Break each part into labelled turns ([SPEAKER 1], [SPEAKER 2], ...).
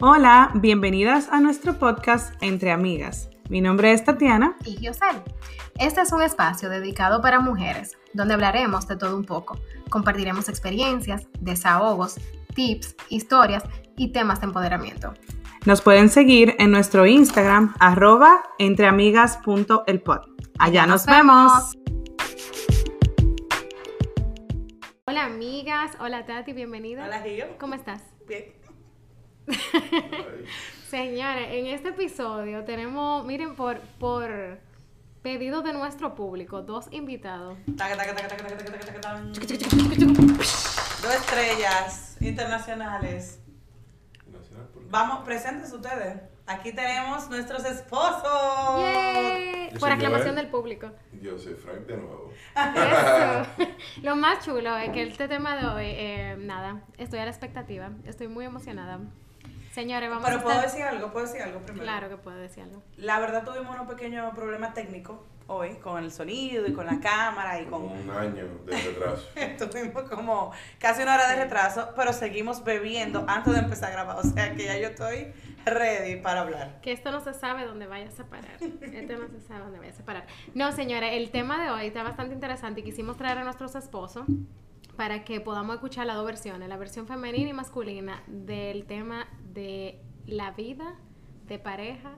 [SPEAKER 1] Hola, bienvenidas a nuestro podcast Entre Amigas. Mi nombre es Tatiana.
[SPEAKER 2] Y Yosel. Este es un espacio dedicado para mujeres, donde hablaremos de todo un poco. Compartiremos experiencias, desahogos, tips, historias y temas de empoderamiento.
[SPEAKER 1] Nos pueden seguir en nuestro Instagram, arroba entreamigas.elpod. Allá nos, vemos.
[SPEAKER 2] Hola amigas, hola Tati, bienvenida.
[SPEAKER 1] Gio.
[SPEAKER 2] ¿Cómo estás?
[SPEAKER 1] Bien.
[SPEAKER 2] Señores, en este episodio tenemos, miren, por, por pedido de nuestro público, dos invitados.
[SPEAKER 3] Taca, taca, taca, taca, taca, taca, taca, taca, tan. Dos estrellas internacionales. Vamos, presentes ustedes. Aquí tenemos nuestros esposos.
[SPEAKER 2] ¡Yay!
[SPEAKER 4] Oh. Yo
[SPEAKER 2] Por
[SPEAKER 4] soy
[SPEAKER 2] aclamación
[SPEAKER 4] Joel.
[SPEAKER 2] del público.
[SPEAKER 4] Yo soy Frank de nuevo.
[SPEAKER 2] Eso. Lo más chulo es que este tema de hoy, eh, nada, estoy a la expectativa, estoy muy emocionada. Señores, vamos
[SPEAKER 3] Pero
[SPEAKER 2] a
[SPEAKER 3] puedo
[SPEAKER 2] estar-
[SPEAKER 3] decir algo, puedo decir algo primero.
[SPEAKER 2] Claro que puedo decir algo.
[SPEAKER 3] La verdad tuvimos un pequeño problema técnico hoy con el sonido y con la cámara y
[SPEAKER 4] Como
[SPEAKER 3] Ah, con...
[SPEAKER 4] un año de retraso.
[SPEAKER 3] Tuvimos como casi una hora de retraso, pero seguimos bebiendo antes de empezar a grabar. O sea que ya yo estoy ready para hablar.
[SPEAKER 2] Que esto no se sabe dónde vayas a parar. Esto no se sabe dónde vayas a parar. No, señores, el tema de hoy está bastante interesante y quisimos traer a nuestros esposos para que podamos escuchar las dos versiones, la versión femenina y masculina del tema de la vida de pareja,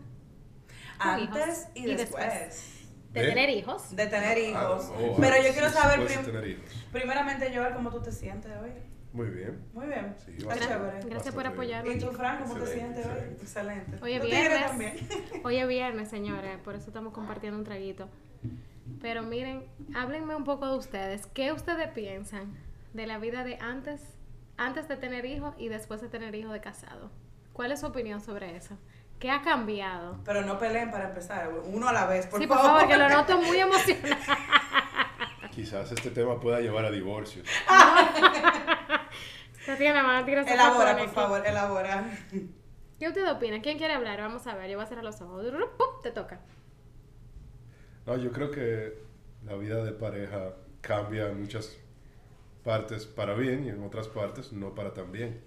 [SPEAKER 3] Antes y
[SPEAKER 2] Y después.
[SPEAKER 3] después.
[SPEAKER 2] de
[SPEAKER 4] ¿Eh?
[SPEAKER 2] tener hijos.
[SPEAKER 3] de tener hijos.
[SPEAKER 4] Ah, no,
[SPEAKER 3] Pero
[SPEAKER 4] ah,
[SPEAKER 3] yo quiero
[SPEAKER 4] sí,
[SPEAKER 3] saber,
[SPEAKER 4] puedes
[SPEAKER 3] prim-
[SPEAKER 4] tener hijos.
[SPEAKER 3] primeramente, Joel, cómo tú te sientes hoy.
[SPEAKER 4] Muy bien.
[SPEAKER 3] Muy bien.
[SPEAKER 4] Sí,
[SPEAKER 3] Está
[SPEAKER 4] bastante.
[SPEAKER 3] chévere.
[SPEAKER 2] Gracias por
[SPEAKER 4] Bastante
[SPEAKER 2] apoyarnos.
[SPEAKER 3] ¿Y tú, Frank, cómo te
[SPEAKER 4] Excelente,
[SPEAKER 3] sientes hoy?
[SPEAKER 4] excelente.
[SPEAKER 3] Excelente.
[SPEAKER 2] Hoy es
[SPEAKER 3] Los tigres
[SPEAKER 2] viernes.
[SPEAKER 3] también.
[SPEAKER 2] Hoy es viernes, señores, por eso estamos compartiendo un traguito. Pero miren, háblenme un poco de ustedes. ¿Qué ustedes piensan de la vida de antes, antes de tener hijos y después de tener hijos de casado? ¿Cuál es su opinión sobre eso? ¿Qué ha cambiado?
[SPEAKER 3] Pero no peleen para empezar, uno a la vez, por
[SPEAKER 2] sí,
[SPEAKER 3] favor.
[SPEAKER 2] por favor, que lo noto muy emocionado.
[SPEAKER 4] Quizás este tema pueda llevar a divorcios.
[SPEAKER 2] Tatiana, van a tirar esos
[SPEAKER 3] Elabora,
[SPEAKER 2] tapones
[SPEAKER 3] por
[SPEAKER 2] aquí.
[SPEAKER 3] favor, elabora.
[SPEAKER 2] ¿Qué usted opina? ¿Quién quiere hablar? Vamos a ver, yo voy a cerrar los ojos. ¡Pum! Te toca.
[SPEAKER 4] No, yo creo que la vida de pareja cambia en muchas partes para bien y en otras partes no para tan bien.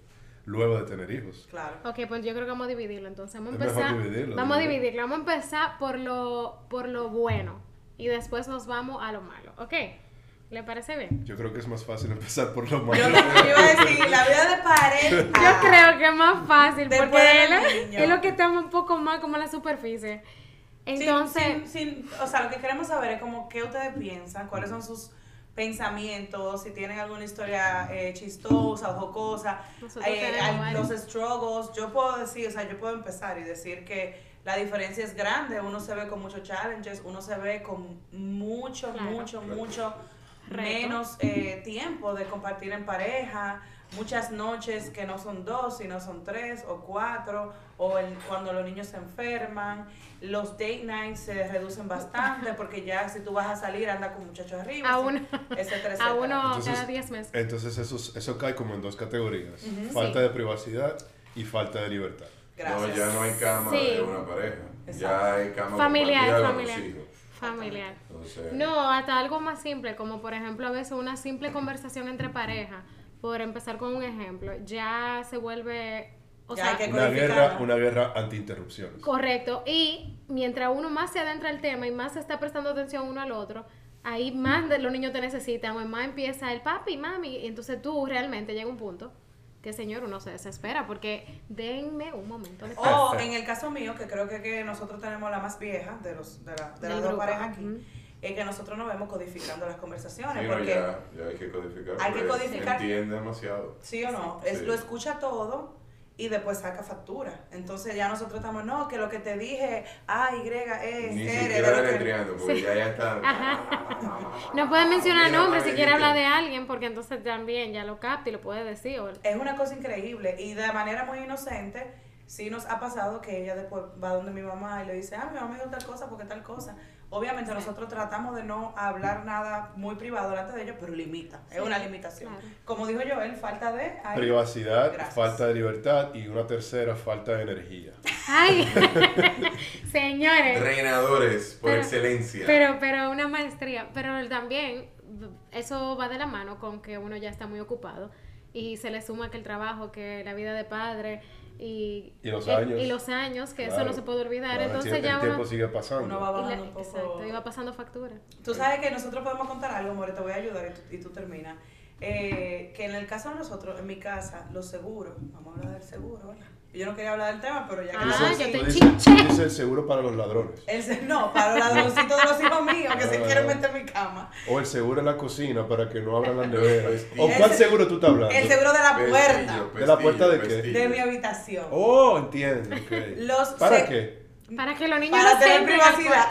[SPEAKER 4] Luego de tener hijos.
[SPEAKER 3] Claro.
[SPEAKER 2] Ok, pues yo creo que vamos a dividirlo. Entonces vamos a
[SPEAKER 4] Es mejor
[SPEAKER 2] empezar.
[SPEAKER 4] dividirlo,
[SPEAKER 2] vamos a
[SPEAKER 4] dividirlo.
[SPEAKER 2] dividirlo. Vamos a empezar por lo, por lo bueno. Y después nos vamos a lo malo. ¿Ok? ¿Le parece bien?
[SPEAKER 4] Yo creo que es más fácil empezar por lo
[SPEAKER 3] Yo
[SPEAKER 4] malo.
[SPEAKER 3] te iba a decir, la vida de pareja.
[SPEAKER 2] Yo creo que es más fácil
[SPEAKER 3] Después
[SPEAKER 2] porque
[SPEAKER 3] del
[SPEAKER 2] él es-
[SPEAKER 3] niño.
[SPEAKER 2] es lo que estamos un poco más como en la superficie.
[SPEAKER 3] Sin-
[SPEAKER 2] Entonces,
[SPEAKER 3] sin- sin- o sea, lo que queremos saber es como qué ustedes piensan, cuáles son sus pensamientos, si tienen alguna historia eh, chistosa o jocosa,
[SPEAKER 2] Nosotros
[SPEAKER 3] eh,
[SPEAKER 2] tenemos
[SPEAKER 3] al-
[SPEAKER 2] varias.
[SPEAKER 3] los struggles. Yo puedo decir, o sea, yo puedo empezar y decir que la diferencia es grande. Uno se ve con muchos challenges, uno se ve con mucho,
[SPEAKER 2] Claro.
[SPEAKER 3] mucho,
[SPEAKER 4] Reto.
[SPEAKER 3] mucho
[SPEAKER 2] Reto.
[SPEAKER 3] menos eh, tiempo de compartir en pareja, muchas noches que no son dos, sino son tres o cuatro, o el- cuando los niños se enferman, los date nights se reducen bastante porque ya si tú vas a salir anda con muchachos arriba,
[SPEAKER 2] A
[SPEAKER 3] sí,
[SPEAKER 2] uno-
[SPEAKER 3] etcétera,
[SPEAKER 2] a
[SPEAKER 3] etcétera.
[SPEAKER 2] uno
[SPEAKER 4] Entonces-
[SPEAKER 2] cada 10 meses.
[SPEAKER 4] Entonces eso, es- eso cae como en dos categorías.
[SPEAKER 3] Ujú.
[SPEAKER 2] Sí.
[SPEAKER 4] Falta de privacidad y falta de libertad.
[SPEAKER 3] Gracias.
[SPEAKER 5] No, ya no hay cama
[SPEAKER 2] Sí.
[SPEAKER 5] de una pareja.
[SPEAKER 3] Exacto.
[SPEAKER 5] Ya hay cama
[SPEAKER 2] Familiar,
[SPEAKER 5] compartida con
[SPEAKER 2] familiar.
[SPEAKER 5] los hijos.
[SPEAKER 2] Familiar.
[SPEAKER 5] Entonces,
[SPEAKER 2] No, hasta algo más simple, como por ejemplo a veces una simple conversación entre pareja, por empezar con un ejemplo, ya se vuelve, o
[SPEAKER 3] Ya
[SPEAKER 2] sea,
[SPEAKER 3] hay que
[SPEAKER 4] Una
[SPEAKER 3] Codificada.
[SPEAKER 4] guerra, una guerra anti-interrupciones.
[SPEAKER 2] Correcto. Y mientras uno más se adentra al tema y más se está prestando atención uno al otro, ahí más de los niños te necesitan, o más empieza el papi, mami. Y entonces tú realmente llega un punto que, señor, uno se desespera porque denme un momento de paz.
[SPEAKER 3] O en el caso mío, que creo que, que nosotros tenemos la más vieja de, los, de, la- de
[SPEAKER 2] Del
[SPEAKER 3] las dos
[SPEAKER 2] grupo,
[SPEAKER 3] parejas aquí,
[SPEAKER 2] ujú.
[SPEAKER 3] es que nosotros nos vemos codificando las conversaciones.
[SPEAKER 5] sí, no,
[SPEAKER 3] porque
[SPEAKER 5] ya, ya hay que codificar.
[SPEAKER 3] Hay que
[SPEAKER 5] porque
[SPEAKER 3] codificar.
[SPEAKER 5] Entiende demasiado.
[SPEAKER 3] Sí o no,
[SPEAKER 5] Sí.
[SPEAKER 3] es, lo escucha todo y después saca factura. Entonces ya nosotros estamos, no, que lo que te dije, A, Y, E,
[SPEAKER 5] Ni
[SPEAKER 3] R,
[SPEAKER 5] siquiera
[SPEAKER 3] de lo que-
[SPEAKER 5] deletreando, porque ya ya está.
[SPEAKER 2] No puedes mencionar
[SPEAKER 5] Mira,
[SPEAKER 2] nombres si
[SPEAKER 5] Margarita.
[SPEAKER 2] quiere hablar de alguien, porque entonces también ya lo capta y lo puede decir. o-
[SPEAKER 3] Es una cosa increíble y de manera muy inocente, sí nos ha pasado que ella después va donde mi mamá y le dice, ah, mi mamá me dijo tal cosa porque tal cosa. Obviamente nosotros tratamos de no hablar nada muy privado delante de ellos, pero limita, es
[SPEAKER 2] Sí,
[SPEAKER 3] una limitación.
[SPEAKER 2] claro.
[SPEAKER 3] Como dijo Joel, falta de... ay,
[SPEAKER 4] Privacidad,
[SPEAKER 3] Gracias.
[SPEAKER 4] falta de libertad y una tercera, falta de energía.
[SPEAKER 2] ¡Ay! Señores.
[SPEAKER 5] Drenadores por
[SPEAKER 2] Pero-
[SPEAKER 5] excelencia.
[SPEAKER 2] Pero, pero una maestría, pero también eso va de la mano con que uno ya está muy ocupado y se le suma que el trabajo, que la vida de padre, y,
[SPEAKER 4] Y los
[SPEAKER 2] y-
[SPEAKER 4] años.
[SPEAKER 2] y los años, que eso
[SPEAKER 4] Claro.
[SPEAKER 2] no se puede olvidar.
[SPEAKER 4] Claro, el
[SPEAKER 2] Entonces
[SPEAKER 4] tiempo-
[SPEAKER 2] ya
[SPEAKER 4] el tiempo
[SPEAKER 2] uno...
[SPEAKER 4] sigue pasando.
[SPEAKER 3] Uno va
[SPEAKER 2] y la-
[SPEAKER 3] bajando un poco.
[SPEAKER 2] exacto, iba pasando factura.
[SPEAKER 3] Tú sabes que nosotros podemos contar algo, More, te voy a ayudar y tú, y tú terminas. Eh, que en el caso de nosotros, en mi casa, los seguros, vamos a hablar del seguro, ¿verdad? Yo no quería hablar del tema, pero ya que
[SPEAKER 2] Ah,
[SPEAKER 3] estamos
[SPEAKER 2] yo
[SPEAKER 3] aquí-
[SPEAKER 2] te
[SPEAKER 4] Tú dices-
[SPEAKER 2] chinché.
[SPEAKER 4] tú dices el seguro para los ladrones.
[SPEAKER 3] el se- no, para los ladroncitos de los hijos míos que se quieren meter en mi cama.
[SPEAKER 4] O el seguro en la cocina para que no abran las neveras.
[SPEAKER 5] Pestillo.
[SPEAKER 4] ¿O cuál
[SPEAKER 3] Ese-
[SPEAKER 4] seguro tú estás hablando?
[SPEAKER 3] El seguro de la puerta
[SPEAKER 5] Pestillo,
[SPEAKER 4] ¿De la puerta de
[SPEAKER 5] pestillo,
[SPEAKER 4] qué?
[SPEAKER 5] pestillo.
[SPEAKER 3] de mi habitación.
[SPEAKER 4] Oh, entiendo. ok.
[SPEAKER 3] Los
[SPEAKER 4] ¿Para
[SPEAKER 3] se-
[SPEAKER 4] qué?
[SPEAKER 2] Para que los niños
[SPEAKER 3] Para
[SPEAKER 2] no
[SPEAKER 3] tener
[SPEAKER 2] entren al
[SPEAKER 3] privacidad.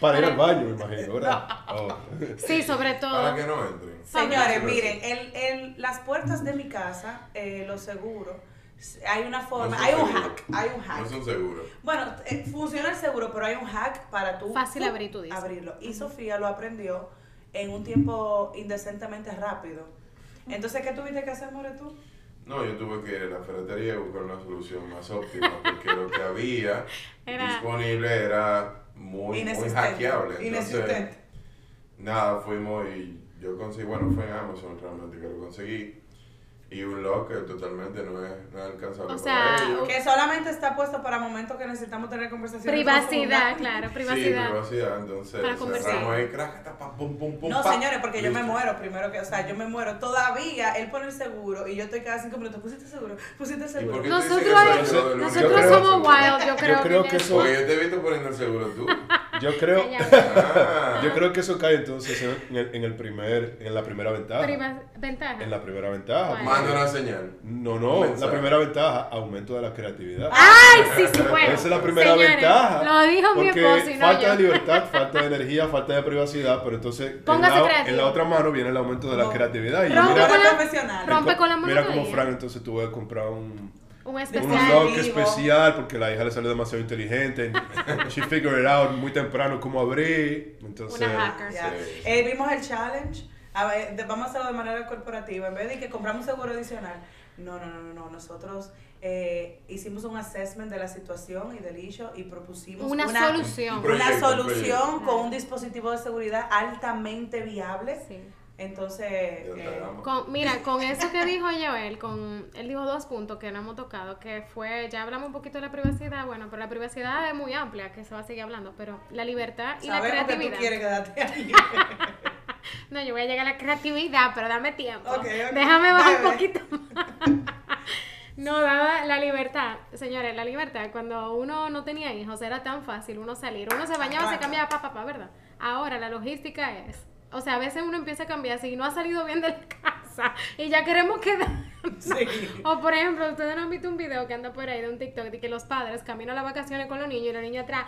[SPEAKER 4] Para ir al baño, me imagino, ¿verdad? Oh.
[SPEAKER 2] cuarto. Sí, sobre todo.
[SPEAKER 5] Para que no entren.
[SPEAKER 3] Señores,
[SPEAKER 5] Sobre-
[SPEAKER 3] miren, el, el, las puertas de mi casa, eh, los seguros, s- hay una
[SPEAKER 5] No
[SPEAKER 3] forma,
[SPEAKER 5] son
[SPEAKER 3] hay un
[SPEAKER 5] seguros.
[SPEAKER 3] hack, hay un hack.
[SPEAKER 5] No son seguros.
[SPEAKER 3] Bueno, eh, funciona el seguro, pero hay un hack para tú
[SPEAKER 2] Fácil
[SPEAKER 3] tú
[SPEAKER 2] abrir, tú dices.
[SPEAKER 3] abrirlo. Y Sofía lo aprendió en un tiempo indecentemente rápido. Entonces, ¿qué tuviste que hacer, More, tú?
[SPEAKER 5] No, yo tuve que ir a la ferretería y buscar una solución más óptima porque lo que había
[SPEAKER 2] Era-
[SPEAKER 5] disponible era muy, muy hackeable. Entonces,
[SPEAKER 3] Inexistente.
[SPEAKER 5] Nada, fuimos y yo conseguí, bueno, fue en Amazon realmente que lo conseguí. Y un locker totalmente no es, no es alcanzable
[SPEAKER 2] O
[SPEAKER 5] para
[SPEAKER 2] sea,
[SPEAKER 5] ellos.
[SPEAKER 2] un-
[SPEAKER 3] Que solamente está puesto para momentos que necesitamos tener conversaciones. profundas.
[SPEAKER 2] Privacidad, claro,
[SPEAKER 5] Sí,
[SPEAKER 2] privacidad.
[SPEAKER 5] privacidad. Entonces,
[SPEAKER 2] Para conversar.
[SPEAKER 5] cerramos ahí, crac, pum, pum, pum,
[SPEAKER 3] No,
[SPEAKER 5] pa.
[SPEAKER 3] señores, porque yo me
[SPEAKER 5] Listo.
[SPEAKER 3] muero primero que, o sea, yo me muero. Todavía él pone el seguro y yo estoy cada cinco minutos, pusiste seguro, pusiste
[SPEAKER 5] ¿Y por
[SPEAKER 3] seguro.
[SPEAKER 5] qué
[SPEAKER 2] Nosotros,
[SPEAKER 5] tú dices que eso es lo único
[SPEAKER 4] yo
[SPEAKER 2] nosotros
[SPEAKER 4] creo-
[SPEAKER 2] somos wild, yo creo,
[SPEAKER 4] creo
[SPEAKER 2] en
[SPEAKER 4] que
[SPEAKER 2] eso-
[SPEAKER 4] eso-
[SPEAKER 5] Porque yo te he visto poniendo el seguro tú.
[SPEAKER 4] Yo creo,
[SPEAKER 2] Ella-
[SPEAKER 5] Ah.
[SPEAKER 4] yo creo que eso cae entonces en el, en el primer, en la primera ventaja.
[SPEAKER 2] priva- ventaja.
[SPEAKER 4] En la primera ventaja.
[SPEAKER 2] ¿Cuál?
[SPEAKER 5] Manda una señal.
[SPEAKER 4] No, no, la
[SPEAKER 5] Mensaje.
[SPEAKER 4] primera ventaja, aumento de la creatividad.
[SPEAKER 2] ¡Ay, sí, sí, Ah, bueno!
[SPEAKER 4] Esa es la primera
[SPEAKER 2] Señores,
[SPEAKER 4] ventaja.
[SPEAKER 2] Lo dijo mi
[SPEAKER 4] porque
[SPEAKER 2] esposo y no
[SPEAKER 4] falta
[SPEAKER 2] yo.
[SPEAKER 4] de libertad, falta de energía, falta de privacidad, pero entonces en
[SPEAKER 2] Póngase
[SPEAKER 4] la,
[SPEAKER 2] creativo. Oh.
[SPEAKER 4] en la otra mano viene el aumento de la
[SPEAKER 3] No.
[SPEAKER 4] creatividad. Y yo,
[SPEAKER 2] Rompe
[SPEAKER 4] mira,
[SPEAKER 2] con la-
[SPEAKER 3] profesional.
[SPEAKER 4] mira
[SPEAKER 2] rompe
[SPEAKER 4] co-
[SPEAKER 2] con la
[SPEAKER 4] Mira como
[SPEAKER 2] monotonía.
[SPEAKER 4] Frank, entonces tú vas a comprar un,
[SPEAKER 2] Un
[SPEAKER 4] un
[SPEAKER 2] especial.
[SPEAKER 3] Especial
[SPEAKER 4] lock
[SPEAKER 3] vivo.
[SPEAKER 4] especial porque la hija le salió demasiado inteligente. She figured it out muy temprano cómo abrir. Entonces,
[SPEAKER 2] Una hacker.
[SPEAKER 3] Ya.
[SPEAKER 5] Sí.
[SPEAKER 3] Eh, vimos el challenge. A ver, de- vamos a hacerlo de manera corporativa. En vez de que compramos un seguro adicional, no, no, no, no. no. Nosotros eh, hicimos un assessment de la situación y del issue y propusimos
[SPEAKER 2] Una,
[SPEAKER 5] Un
[SPEAKER 2] solución.
[SPEAKER 5] pro-
[SPEAKER 3] una
[SPEAKER 5] Proyecto,
[SPEAKER 3] solución
[SPEAKER 5] proyecto.
[SPEAKER 3] con un dispositivo de seguridad altamente viable.
[SPEAKER 2] Sí.
[SPEAKER 3] Entonces,
[SPEAKER 5] Ya
[SPEAKER 3] eh,
[SPEAKER 5] está, vamos.
[SPEAKER 2] Con- mira, con eso que dijo Joel, con, él dijo dos puntos que no hemos tocado, que fue, ya hablamos un poquito de la privacidad, bueno, pero la privacidad es muy amplia, que se va a seguir hablando, pero la libertad y la
[SPEAKER 3] sabemos que tú
[SPEAKER 2] creatividad.
[SPEAKER 3] quieres quedarte ahí.
[SPEAKER 2] No, yo voy a llegar a la creatividad, pero dame tiempo.
[SPEAKER 3] Ok, ok.
[SPEAKER 2] Déjame bajar
[SPEAKER 3] Dale.
[SPEAKER 2] un poquito más. No, daba la libertad. Señores, la libertad. Cuando uno no tenía hijos era tan fácil uno salir. Uno se bañaba, se
[SPEAKER 3] Claro.
[SPEAKER 2] cambiaba, papá, papá, ¿verdad? Ahora la logística es. O sea, a veces uno empieza a cambiarse y no ha salido bien de la casa y ya queremos quedar.
[SPEAKER 3] Sí.
[SPEAKER 2] O por ejemplo, ustedes no han visto un video que anda por ahí de un TikTok de que los padres caminan a las vacaciones con los niños y los niños atrás.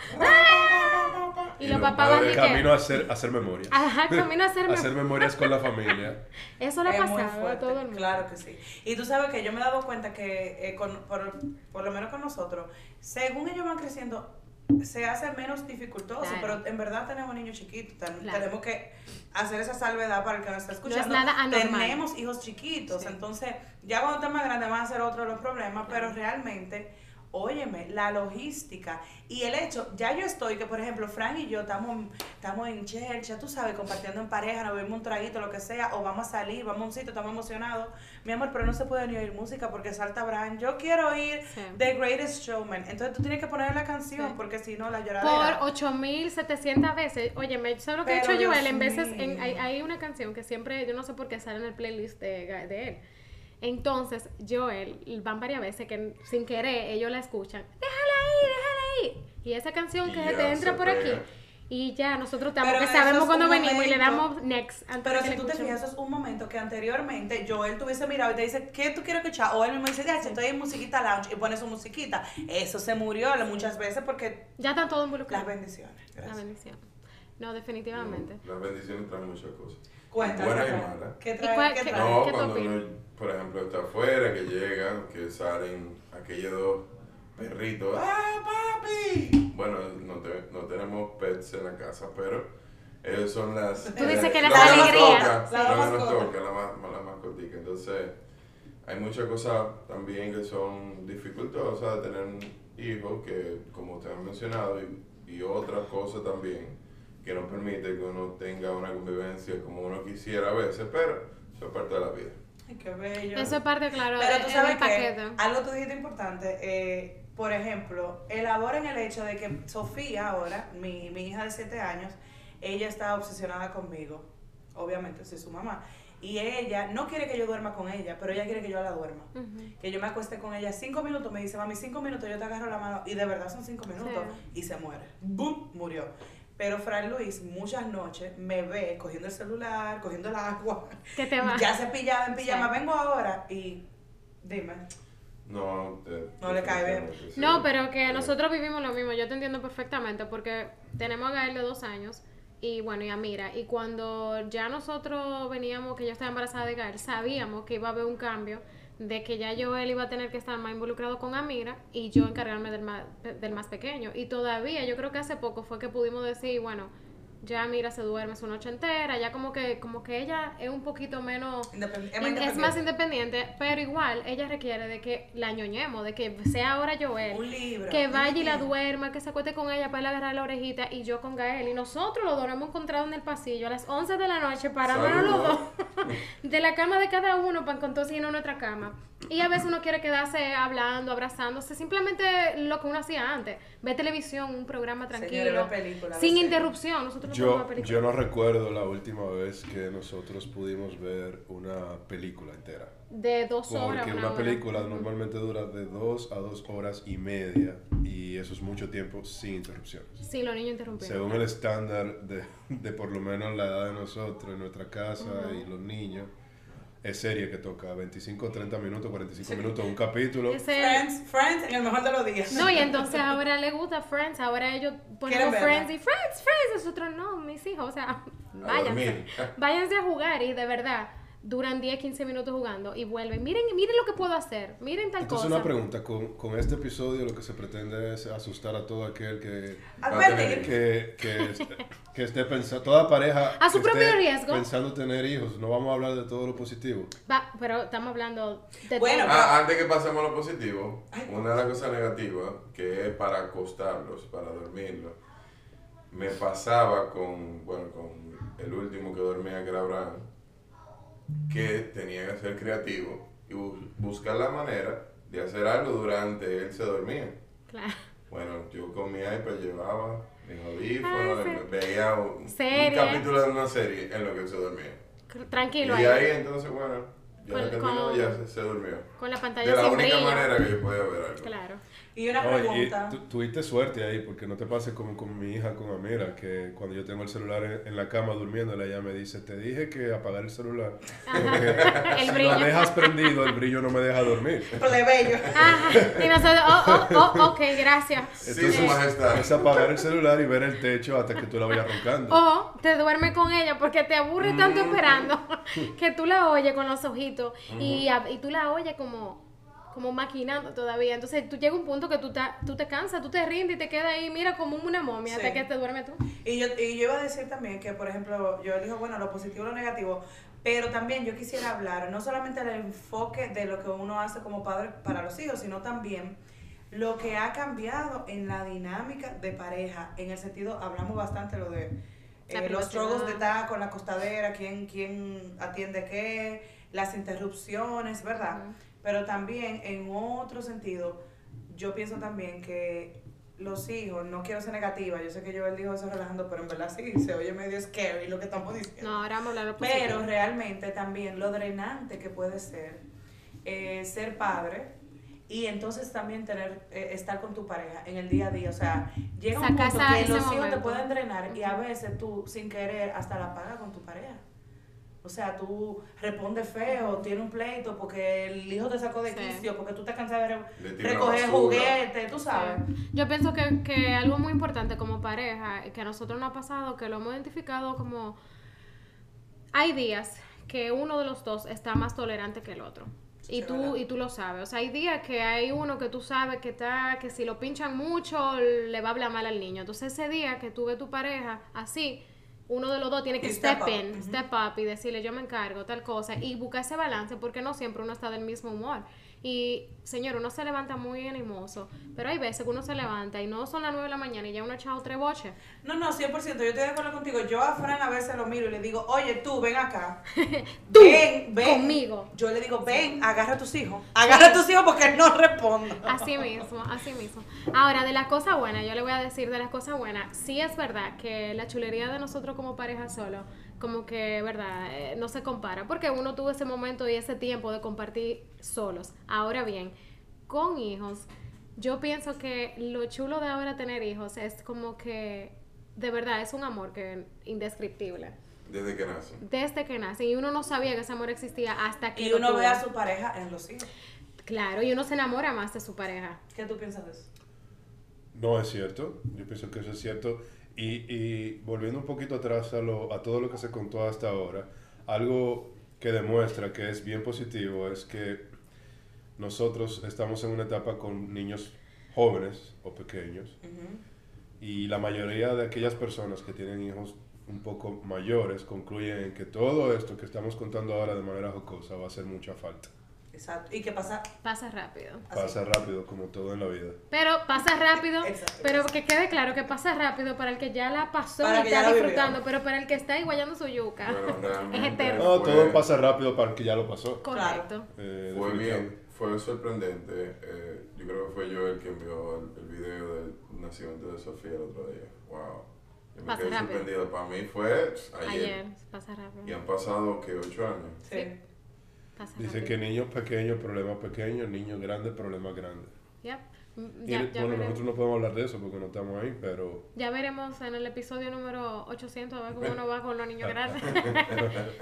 [SPEAKER 2] ¡ah! Y,
[SPEAKER 5] Y
[SPEAKER 2] los
[SPEAKER 5] los
[SPEAKER 2] papás van
[SPEAKER 5] padres
[SPEAKER 2] de
[SPEAKER 4] camino
[SPEAKER 2] que.
[SPEAKER 4] a hacer, a hacer memoria.
[SPEAKER 2] Ajá, camino a hacerme.
[SPEAKER 4] hacer memorias con la familia.
[SPEAKER 2] Eso le ha
[SPEAKER 3] Es muy
[SPEAKER 2] pasado a
[SPEAKER 3] fuerte,
[SPEAKER 2] todo el mundo.
[SPEAKER 3] Claro que sí. Y tú sabes que yo me he dado cuenta que, eh, con- por, por lo menos con nosotros, según ellos van creciendo, se hace menos dificultoso,
[SPEAKER 2] Claro.
[SPEAKER 3] pero en verdad tenemos niños chiquitos, ten-
[SPEAKER 2] Claro.
[SPEAKER 3] tenemos que hacer esa salvedad para el que nos está escuchando.
[SPEAKER 2] nada anormal.
[SPEAKER 3] Tenemos hijos chiquitos,
[SPEAKER 2] Sí.
[SPEAKER 3] entonces ya cuando estén más grandes van a ser otros los problemas, pero realmente... Óyeme, la logística y el hecho, ya yo estoy, que por ejemplo, Frank y yo estamos, estamos en Church, tú sabes, compartiendo en pareja, nos bebemos un traguito, lo que sea, o vamos a salir, vamos a un sitio, estamos emocionados. Mi amor, pero no se puede ni oír música porque salta Brian. Yo quiero oír
[SPEAKER 2] Sí.
[SPEAKER 3] The Greatest Showman. Entonces tú tienes que poner la canción
[SPEAKER 2] Sí.
[SPEAKER 3] porque si no, la
[SPEAKER 2] Por
[SPEAKER 3] lloradera.
[SPEAKER 2] 8700 veces. Oye, me ¿sabes lo que ha hecho
[SPEAKER 3] Pero,
[SPEAKER 2] Joel?
[SPEAKER 3] Dios
[SPEAKER 2] En veces en-
[SPEAKER 3] mío.
[SPEAKER 2] hay, hay una canción que siempre, yo no sé por qué sale en el playlist de, Ga- de él. Entonces, Joel, van varias veces que sin querer ellos la escuchan. Déjala ahí, déjala ahí. Y esa canción
[SPEAKER 5] Y
[SPEAKER 2] que
[SPEAKER 5] ya
[SPEAKER 2] te entra
[SPEAKER 5] se
[SPEAKER 2] por aquí.
[SPEAKER 5] pega.
[SPEAKER 2] Y ya, nosotros estamos,
[SPEAKER 3] Pero
[SPEAKER 2] que
[SPEAKER 3] eso es
[SPEAKER 2] sabemos
[SPEAKER 3] un
[SPEAKER 2] cuando venimos y le
[SPEAKER 3] momento.
[SPEAKER 2] damos next. antes
[SPEAKER 3] Pero
[SPEAKER 2] de que
[SPEAKER 3] si
[SPEAKER 2] la
[SPEAKER 3] tú te
[SPEAKER 2] escuchemos.
[SPEAKER 3] fijas, eso es un momento que anteriormente Joel tuviese mirado y te dice, ¿qué tú quieres escuchar? O él mismo dice, ya, si estoy en musiquita lounge y pone su musiquita. Eso se murió muchas veces porque
[SPEAKER 2] Ya están todos
[SPEAKER 3] las
[SPEAKER 2] involucrados.
[SPEAKER 3] bendiciones.
[SPEAKER 2] La
[SPEAKER 3] Gracias.
[SPEAKER 2] bendición. No, definitivamente.
[SPEAKER 5] Las bendiciones traen muchas cosas.
[SPEAKER 3] Cuéntanos.
[SPEAKER 5] Buenas y
[SPEAKER 3] Rafael,
[SPEAKER 5] malas.
[SPEAKER 3] ¿Qué
[SPEAKER 2] ¿Y cuál-
[SPEAKER 3] trae? ¿Qué
[SPEAKER 2] qué-
[SPEAKER 3] trae?
[SPEAKER 5] No,
[SPEAKER 2] ¿Qué tú
[SPEAKER 5] cuando
[SPEAKER 2] opinas?
[SPEAKER 5] uno, por ejemplo, está afuera, que llegan, que salen aquellos dos perritos. ¡Ah, papi! Bueno, no, te- no tenemos pets en la casa, pero ellos Eh, son las.
[SPEAKER 2] Tú dices que
[SPEAKER 5] la
[SPEAKER 2] la
[SPEAKER 3] alegría. Sí.
[SPEAKER 5] La
[SPEAKER 3] La
[SPEAKER 5] que nos
[SPEAKER 3] mascota.
[SPEAKER 5] toca, la, ma- la mascotica. Entonces, hay muchas cosas también que son dificultosas de tener hijos, que como ustedes han mencionado, y, y otras cosas también que no permite que uno tenga una convivencia como uno quisiera a veces, pero eso es parte de la vida.
[SPEAKER 3] Ay, qué bello.
[SPEAKER 2] Eso es parte, claro,
[SPEAKER 3] Pero tú
[SPEAKER 2] de-
[SPEAKER 3] sabes
[SPEAKER 2] del paquete.
[SPEAKER 3] que algo tú dijiste importante, eh, por ejemplo, elaboren el hecho de que Sofía ahora, mi, mi hija de 7 años, ella está obsesionada conmigo, obviamente soy su mamá, y ella no quiere que yo duerma con ella, pero ella quiere que yo la duerma.
[SPEAKER 2] Ujú.
[SPEAKER 3] Que yo me acueste con ella cinco minutos, me dice, mami, cinco minutos, yo te agarro la mano, y de verdad son cinco minutos, y se muere. ¡Bum! Murió. Pero Fran Luis muchas noches me ve cogiendo el celular, cogiendo el agua,
[SPEAKER 2] ¿Qué te va?
[SPEAKER 3] ya se pillaba en pijama,
[SPEAKER 2] Sí.
[SPEAKER 3] vengo ahora y dime.
[SPEAKER 5] No, te-
[SPEAKER 3] No le cae bien.
[SPEAKER 5] definitivamente, sí. Eh,
[SPEAKER 2] No, pero que
[SPEAKER 5] Sí.
[SPEAKER 2] nosotros vivimos lo mismo, yo te entiendo perfectamente, porque tenemos a Gael de dos años y bueno, y a Mira, y cuando ya nosotros veníamos, que yo estaba embarazada de Gael, sabíamos que iba a haber un cambio de que ya yo él iba a tener que estar más involucrado con Amira y yo encargarme del más, del más pequeño. Y todavía, yo creo que hace poco fue que pudimos decir, bueno, ya Amira se duerme su noche entera, ya como que, como que ella es un poquito menos...
[SPEAKER 3] Independ-
[SPEAKER 2] In- Es más independiente, pero igual ella requiere de que la ñoñemos, de que sea ahora Joel,
[SPEAKER 3] Un libro.
[SPEAKER 2] que vaya y la
[SPEAKER 3] duele
[SPEAKER 2] duerma, que se acueste con ella para él agarrar la orejita y yo con Gael. Y nosotros los dos nos hemos encontrado en el pasillo a las 11 de la noche, parándonos los dos
[SPEAKER 5] Saludos.
[SPEAKER 2] de la cama de cada uno para entonces irnos a nuestra cama. Y a veces uno quiere quedarse hablando, abrazándose, simplemente lo que uno hacía antes, ver televisión, un programa tranquilo, sin interrupción. Nosotros no
[SPEAKER 4] Yo,
[SPEAKER 2] tenemos película.
[SPEAKER 4] yo no recuerdo la última vez que nosotros pudimos ver una película entera.
[SPEAKER 2] de dos horas.
[SPEAKER 4] Porque una,
[SPEAKER 2] hora.
[SPEAKER 4] película normalmente dura de dos a dos horas y media y eso es mucho tiempo sin interrupciones.
[SPEAKER 2] Sí, los niños interrumpieron.
[SPEAKER 4] Según el estándar de, de por lo menos la edad de nosotros, en nuestra casa y los niños, es serie que toca 25, 30 minutos, 45 minutos, un capítulo.
[SPEAKER 2] Ese-
[SPEAKER 3] Friends, Friends, en el mejor de los días.
[SPEAKER 2] No, y entonces ahora le gusta Friends, ahora ellos ponemos
[SPEAKER 3] verla.
[SPEAKER 2] Friends y Friends, Friends, nosotros no, mis hijos, o sea, váyanse,
[SPEAKER 5] dormir.
[SPEAKER 2] váyanse a jugar y de verdad duran 10, 15 minutos jugando y vuelven, miren, miren lo que puedo hacer, miren tal
[SPEAKER 4] Entonces
[SPEAKER 2] cosa.
[SPEAKER 4] una pregunta, con, con este episodio lo que se pretende es asustar a todo aquel que
[SPEAKER 3] Advertir.
[SPEAKER 4] que, que, est- que esté pensando, toda pareja
[SPEAKER 2] A su
[SPEAKER 4] que esté
[SPEAKER 2] propio riesgo.
[SPEAKER 4] pensando tener hijos, no vamos a hablar de todo lo positivo.
[SPEAKER 2] Va, pero estamos hablando de
[SPEAKER 3] Bueno,
[SPEAKER 2] todo.
[SPEAKER 5] Ah, antes que pasemos a lo positivo,
[SPEAKER 3] Ay,
[SPEAKER 5] una de las cosas negativas que es para acostarlos, para dormirlos, me pasaba con, bueno, con el último que dormía, que era Abraham, que tenía que ser creativo y bu- buscar la manera de hacer algo durante él se dormía.
[SPEAKER 2] Claro.
[SPEAKER 5] Bueno, yo con mi iPad llevaba mis
[SPEAKER 2] Ah,
[SPEAKER 5] audífonos,
[SPEAKER 2] sí.
[SPEAKER 5] veía un, un
[SPEAKER 2] Serie.
[SPEAKER 5] capítulo de una serie en lo que él se dormía. Y
[SPEAKER 2] Tranquilo ahí,
[SPEAKER 5] ahí entonces, bueno, ya
[SPEAKER 2] Con-
[SPEAKER 5] terminó,
[SPEAKER 2] con-
[SPEAKER 5] ya se, se durmió.
[SPEAKER 2] con la
[SPEAKER 5] De
[SPEAKER 2] pantalla
[SPEAKER 5] la
[SPEAKER 2] sin
[SPEAKER 5] única
[SPEAKER 2] brillo.
[SPEAKER 5] manera que yo podía ver algo.
[SPEAKER 2] Claro.
[SPEAKER 3] Y una
[SPEAKER 4] No, y- y
[SPEAKER 3] pregunta.
[SPEAKER 4] tu- tuviste suerte ahí, porque no te pases como con mi hija, con Amira, que cuando yo tengo el celular en, en la cama durmiéndola, ella me dice, te dije que apagar el celular.
[SPEAKER 2] Ajá. El
[SPEAKER 4] si
[SPEAKER 2] brillo.
[SPEAKER 4] lo dejas prendido, el brillo no me deja dormir.
[SPEAKER 3] Plebeyo.
[SPEAKER 2] Ajá. Ah, Y nosotros, oh, oh, oh, ok, gracias.
[SPEAKER 5] Sí, su majestad.
[SPEAKER 4] Es apagar el celular y ver el techo hasta que tú la vayas roncando.
[SPEAKER 2] O te duerme con ella porque te aburre tanto esperando que tú la oyes con los ojitos y, a- y tú la oyes como, como maquinando todavía. Entonces tú llega un punto que tú, ta- tú te cansas, tú te rindes y te quedas ahí, mira, como una momia
[SPEAKER 3] Sí.
[SPEAKER 2] hasta que te duermes tú.
[SPEAKER 3] Y yo, y yo iba a decir también que, por ejemplo, yo elijo, bueno, lo positivo y lo negativo, pero también yo quisiera hablar no solamente del enfoque de lo que uno hace como padre para los hijos, sino también lo que ha cambiado en la dinámica de pareja, en el sentido, hablamos bastante lo de
[SPEAKER 2] La
[SPEAKER 3] eh, los
[SPEAKER 2] privacidad.
[SPEAKER 3] trogos de taco, la costadera, quién, quién atiende qué, las interrupciones, ¿verdad?
[SPEAKER 2] Ujú.
[SPEAKER 3] Pero también, en otro sentido, yo pienso también que los hijos, no quiero ser negativa, yo sé que yo él dijo eso relajando, pero en verdad sí, se oye medio scary lo que estamos diciendo.
[SPEAKER 2] No, ahora vamos a hablar lo positivo.
[SPEAKER 3] Pero realmente también lo drenante que puede ser eh, ser padre y entonces también tener eh, estar con tu pareja en el día a día. O sea, llega un
[SPEAKER 2] Saca
[SPEAKER 3] punto
[SPEAKER 2] esa-
[SPEAKER 3] que
[SPEAKER 2] ese
[SPEAKER 3] los hijos te
[SPEAKER 2] momento.
[SPEAKER 3] pueden drenar y a
[SPEAKER 2] Ujú.
[SPEAKER 3] veces tú, sin querer, hasta la pagas con tu pareja. O sea, tú respondes feo, tiene un pleito porque el hijo te sacó de
[SPEAKER 2] Sí.
[SPEAKER 3] quicio, porque tú te cansas de
[SPEAKER 5] Le
[SPEAKER 3] re-
[SPEAKER 5] tira
[SPEAKER 3] recoger
[SPEAKER 5] basura.
[SPEAKER 3] juguetes, tú sabes.
[SPEAKER 2] Sí. Yo pienso que, que algo muy importante como pareja, que a nosotros nos ha pasado, que lo hemos identificado como hay días que uno de los dos está más tolerante que el otro. Y
[SPEAKER 3] es
[SPEAKER 2] tú,
[SPEAKER 3] verdad.
[SPEAKER 2] y tú lo sabes. O sea, hay días que hay uno que tú sabes que está, que si lo pinchan mucho, le va a hablar mal al niño. Entonces ese día que tú ves tu pareja así, uno de los dos tiene que
[SPEAKER 3] Y
[SPEAKER 2] step,
[SPEAKER 3] step up.
[SPEAKER 2] in,
[SPEAKER 3] Ujú.
[SPEAKER 2] step up y decirle yo me encargo, tal cosa, y buscar ese balance porque no siempre uno está del mismo humor. Y señor, uno se levanta muy animoso, pero hay veces que uno se levanta y no son las 9 de la mañana y ya uno ha echado tres boches.
[SPEAKER 3] No, no, 100%, yo estoy de acuerdo contigo. Yo a Fran a veces lo miro y le digo, oye, tú, ven acá.
[SPEAKER 2] Tú,
[SPEAKER 3] ven, ven.
[SPEAKER 2] conmigo.
[SPEAKER 3] Yo le digo, ven, agarra a tus hijos. Agarra a tus hijos porque él no responde.
[SPEAKER 2] Así mismo, así mismo. Ahora, de las cosas buenas, yo le voy a decir de las cosas buenas. Sí es verdad que la chulería de nosotros como pareja solo, como que, verdad, Eh, no se compara, porque uno tuvo ese momento y ese tiempo de compartir solos. Ahora bien, con hijos, yo pienso que lo chulo de ahora tener hijos es como que, de verdad, es un amor que indescriptible.
[SPEAKER 5] Desde que nace.
[SPEAKER 2] Desde que nace, y uno no sabía que ese amor existía hasta que
[SPEAKER 3] Y
[SPEAKER 2] lo
[SPEAKER 3] uno ve
[SPEAKER 2] tuvo.
[SPEAKER 3] a su pareja en los hijos.
[SPEAKER 2] Claro, y uno se enamora más de su pareja.
[SPEAKER 3] ¿Qué tú piensas de eso?
[SPEAKER 4] No es cierto, yo pienso que eso es cierto. Y, y volviendo un poquito atrás a, lo, a todo lo que se contó hasta ahora, algo que demuestra que es bien positivo es que nosotros estamos en una etapa con niños jóvenes o pequeños y la mayoría de aquellas personas que tienen hijos un poco mayores concluyen en que todo esto que estamos contando ahora de manera jocosa va a hacer mucha falta.
[SPEAKER 3] Exacto. ¿Y qué pasa?
[SPEAKER 2] Pasa rápido.
[SPEAKER 4] Pasa rápido como todo en la vida.
[SPEAKER 2] Pero pasa rápido,
[SPEAKER 3] Exacto.
[SPEAKER 2] pero que quede claro que pasa rápido para el que ya la pasó
[SPEAKER 3] Para
[SPEAKER 2] y
[SPEAKER 3] que
[SPEAKER 2] está
[SPEAKER 3] ya la
[SPEAKER 2] disfrutando,
[SPEAKER 3] vivió.
[SPEAKER 2] pero para el que está igualando su yuca.
[SPEAKER 5] Bueno, realmente
[SPEAKER 2] Es eterno.
[SPEAKER 4] No,
[SPEAKER 5] fue-
[SPEAKER 4] todo pasa rápido para el que ya lo pasó.
[SPEAKER 2] Correcto.
[SPEAKER 4] Eh,
[SPEAKER 5] Fue
[SPEAKER 4] definitivamente.
[SPEAKER 5] bien, fue sorprendente. eh, yo creo que fue yo el que envió el, el video del nacimiento de Sofía el otro día. Wow. Yo me
[SPEAKER 2] Pasa
[SPEAKER 5] quedé
[SPEAKER 2] rápido.
[SPEAKER 5] sorprendido. Para mí fue ayer.
[SPEAKER 2] Ayer, pasa
[SPEAKER 5] Y
[SPEAKER 2] rápido.
[SPEAKER 5] han pasado que ocho años.
[SPEAKER 3] Sí.
[SPEAKER 2] Pasa
[SPEAKER 4] Dice
[SPEAKER 2] rápido.
[SPEAKER 4] que niños pequeños, problemas pequeños, niños grandes, problemas grandes.
[SPEAKER 2] Yep. Mm,
[SPEAKER 4] Y
[SPEAKER 2] Ya,
[SPEAKER 4] el-
[SPEAKER 2] ya
[SPEAKER 4] bueno,
[SPEAKER 2] veremos.
[SPEAKER 4] nosotros no podemos hablar de eso porque no estamos ahí, pero
[SPEAKER 2] Ya veremos en el episodio número 800 a ver cómo uno va con los niños grandes.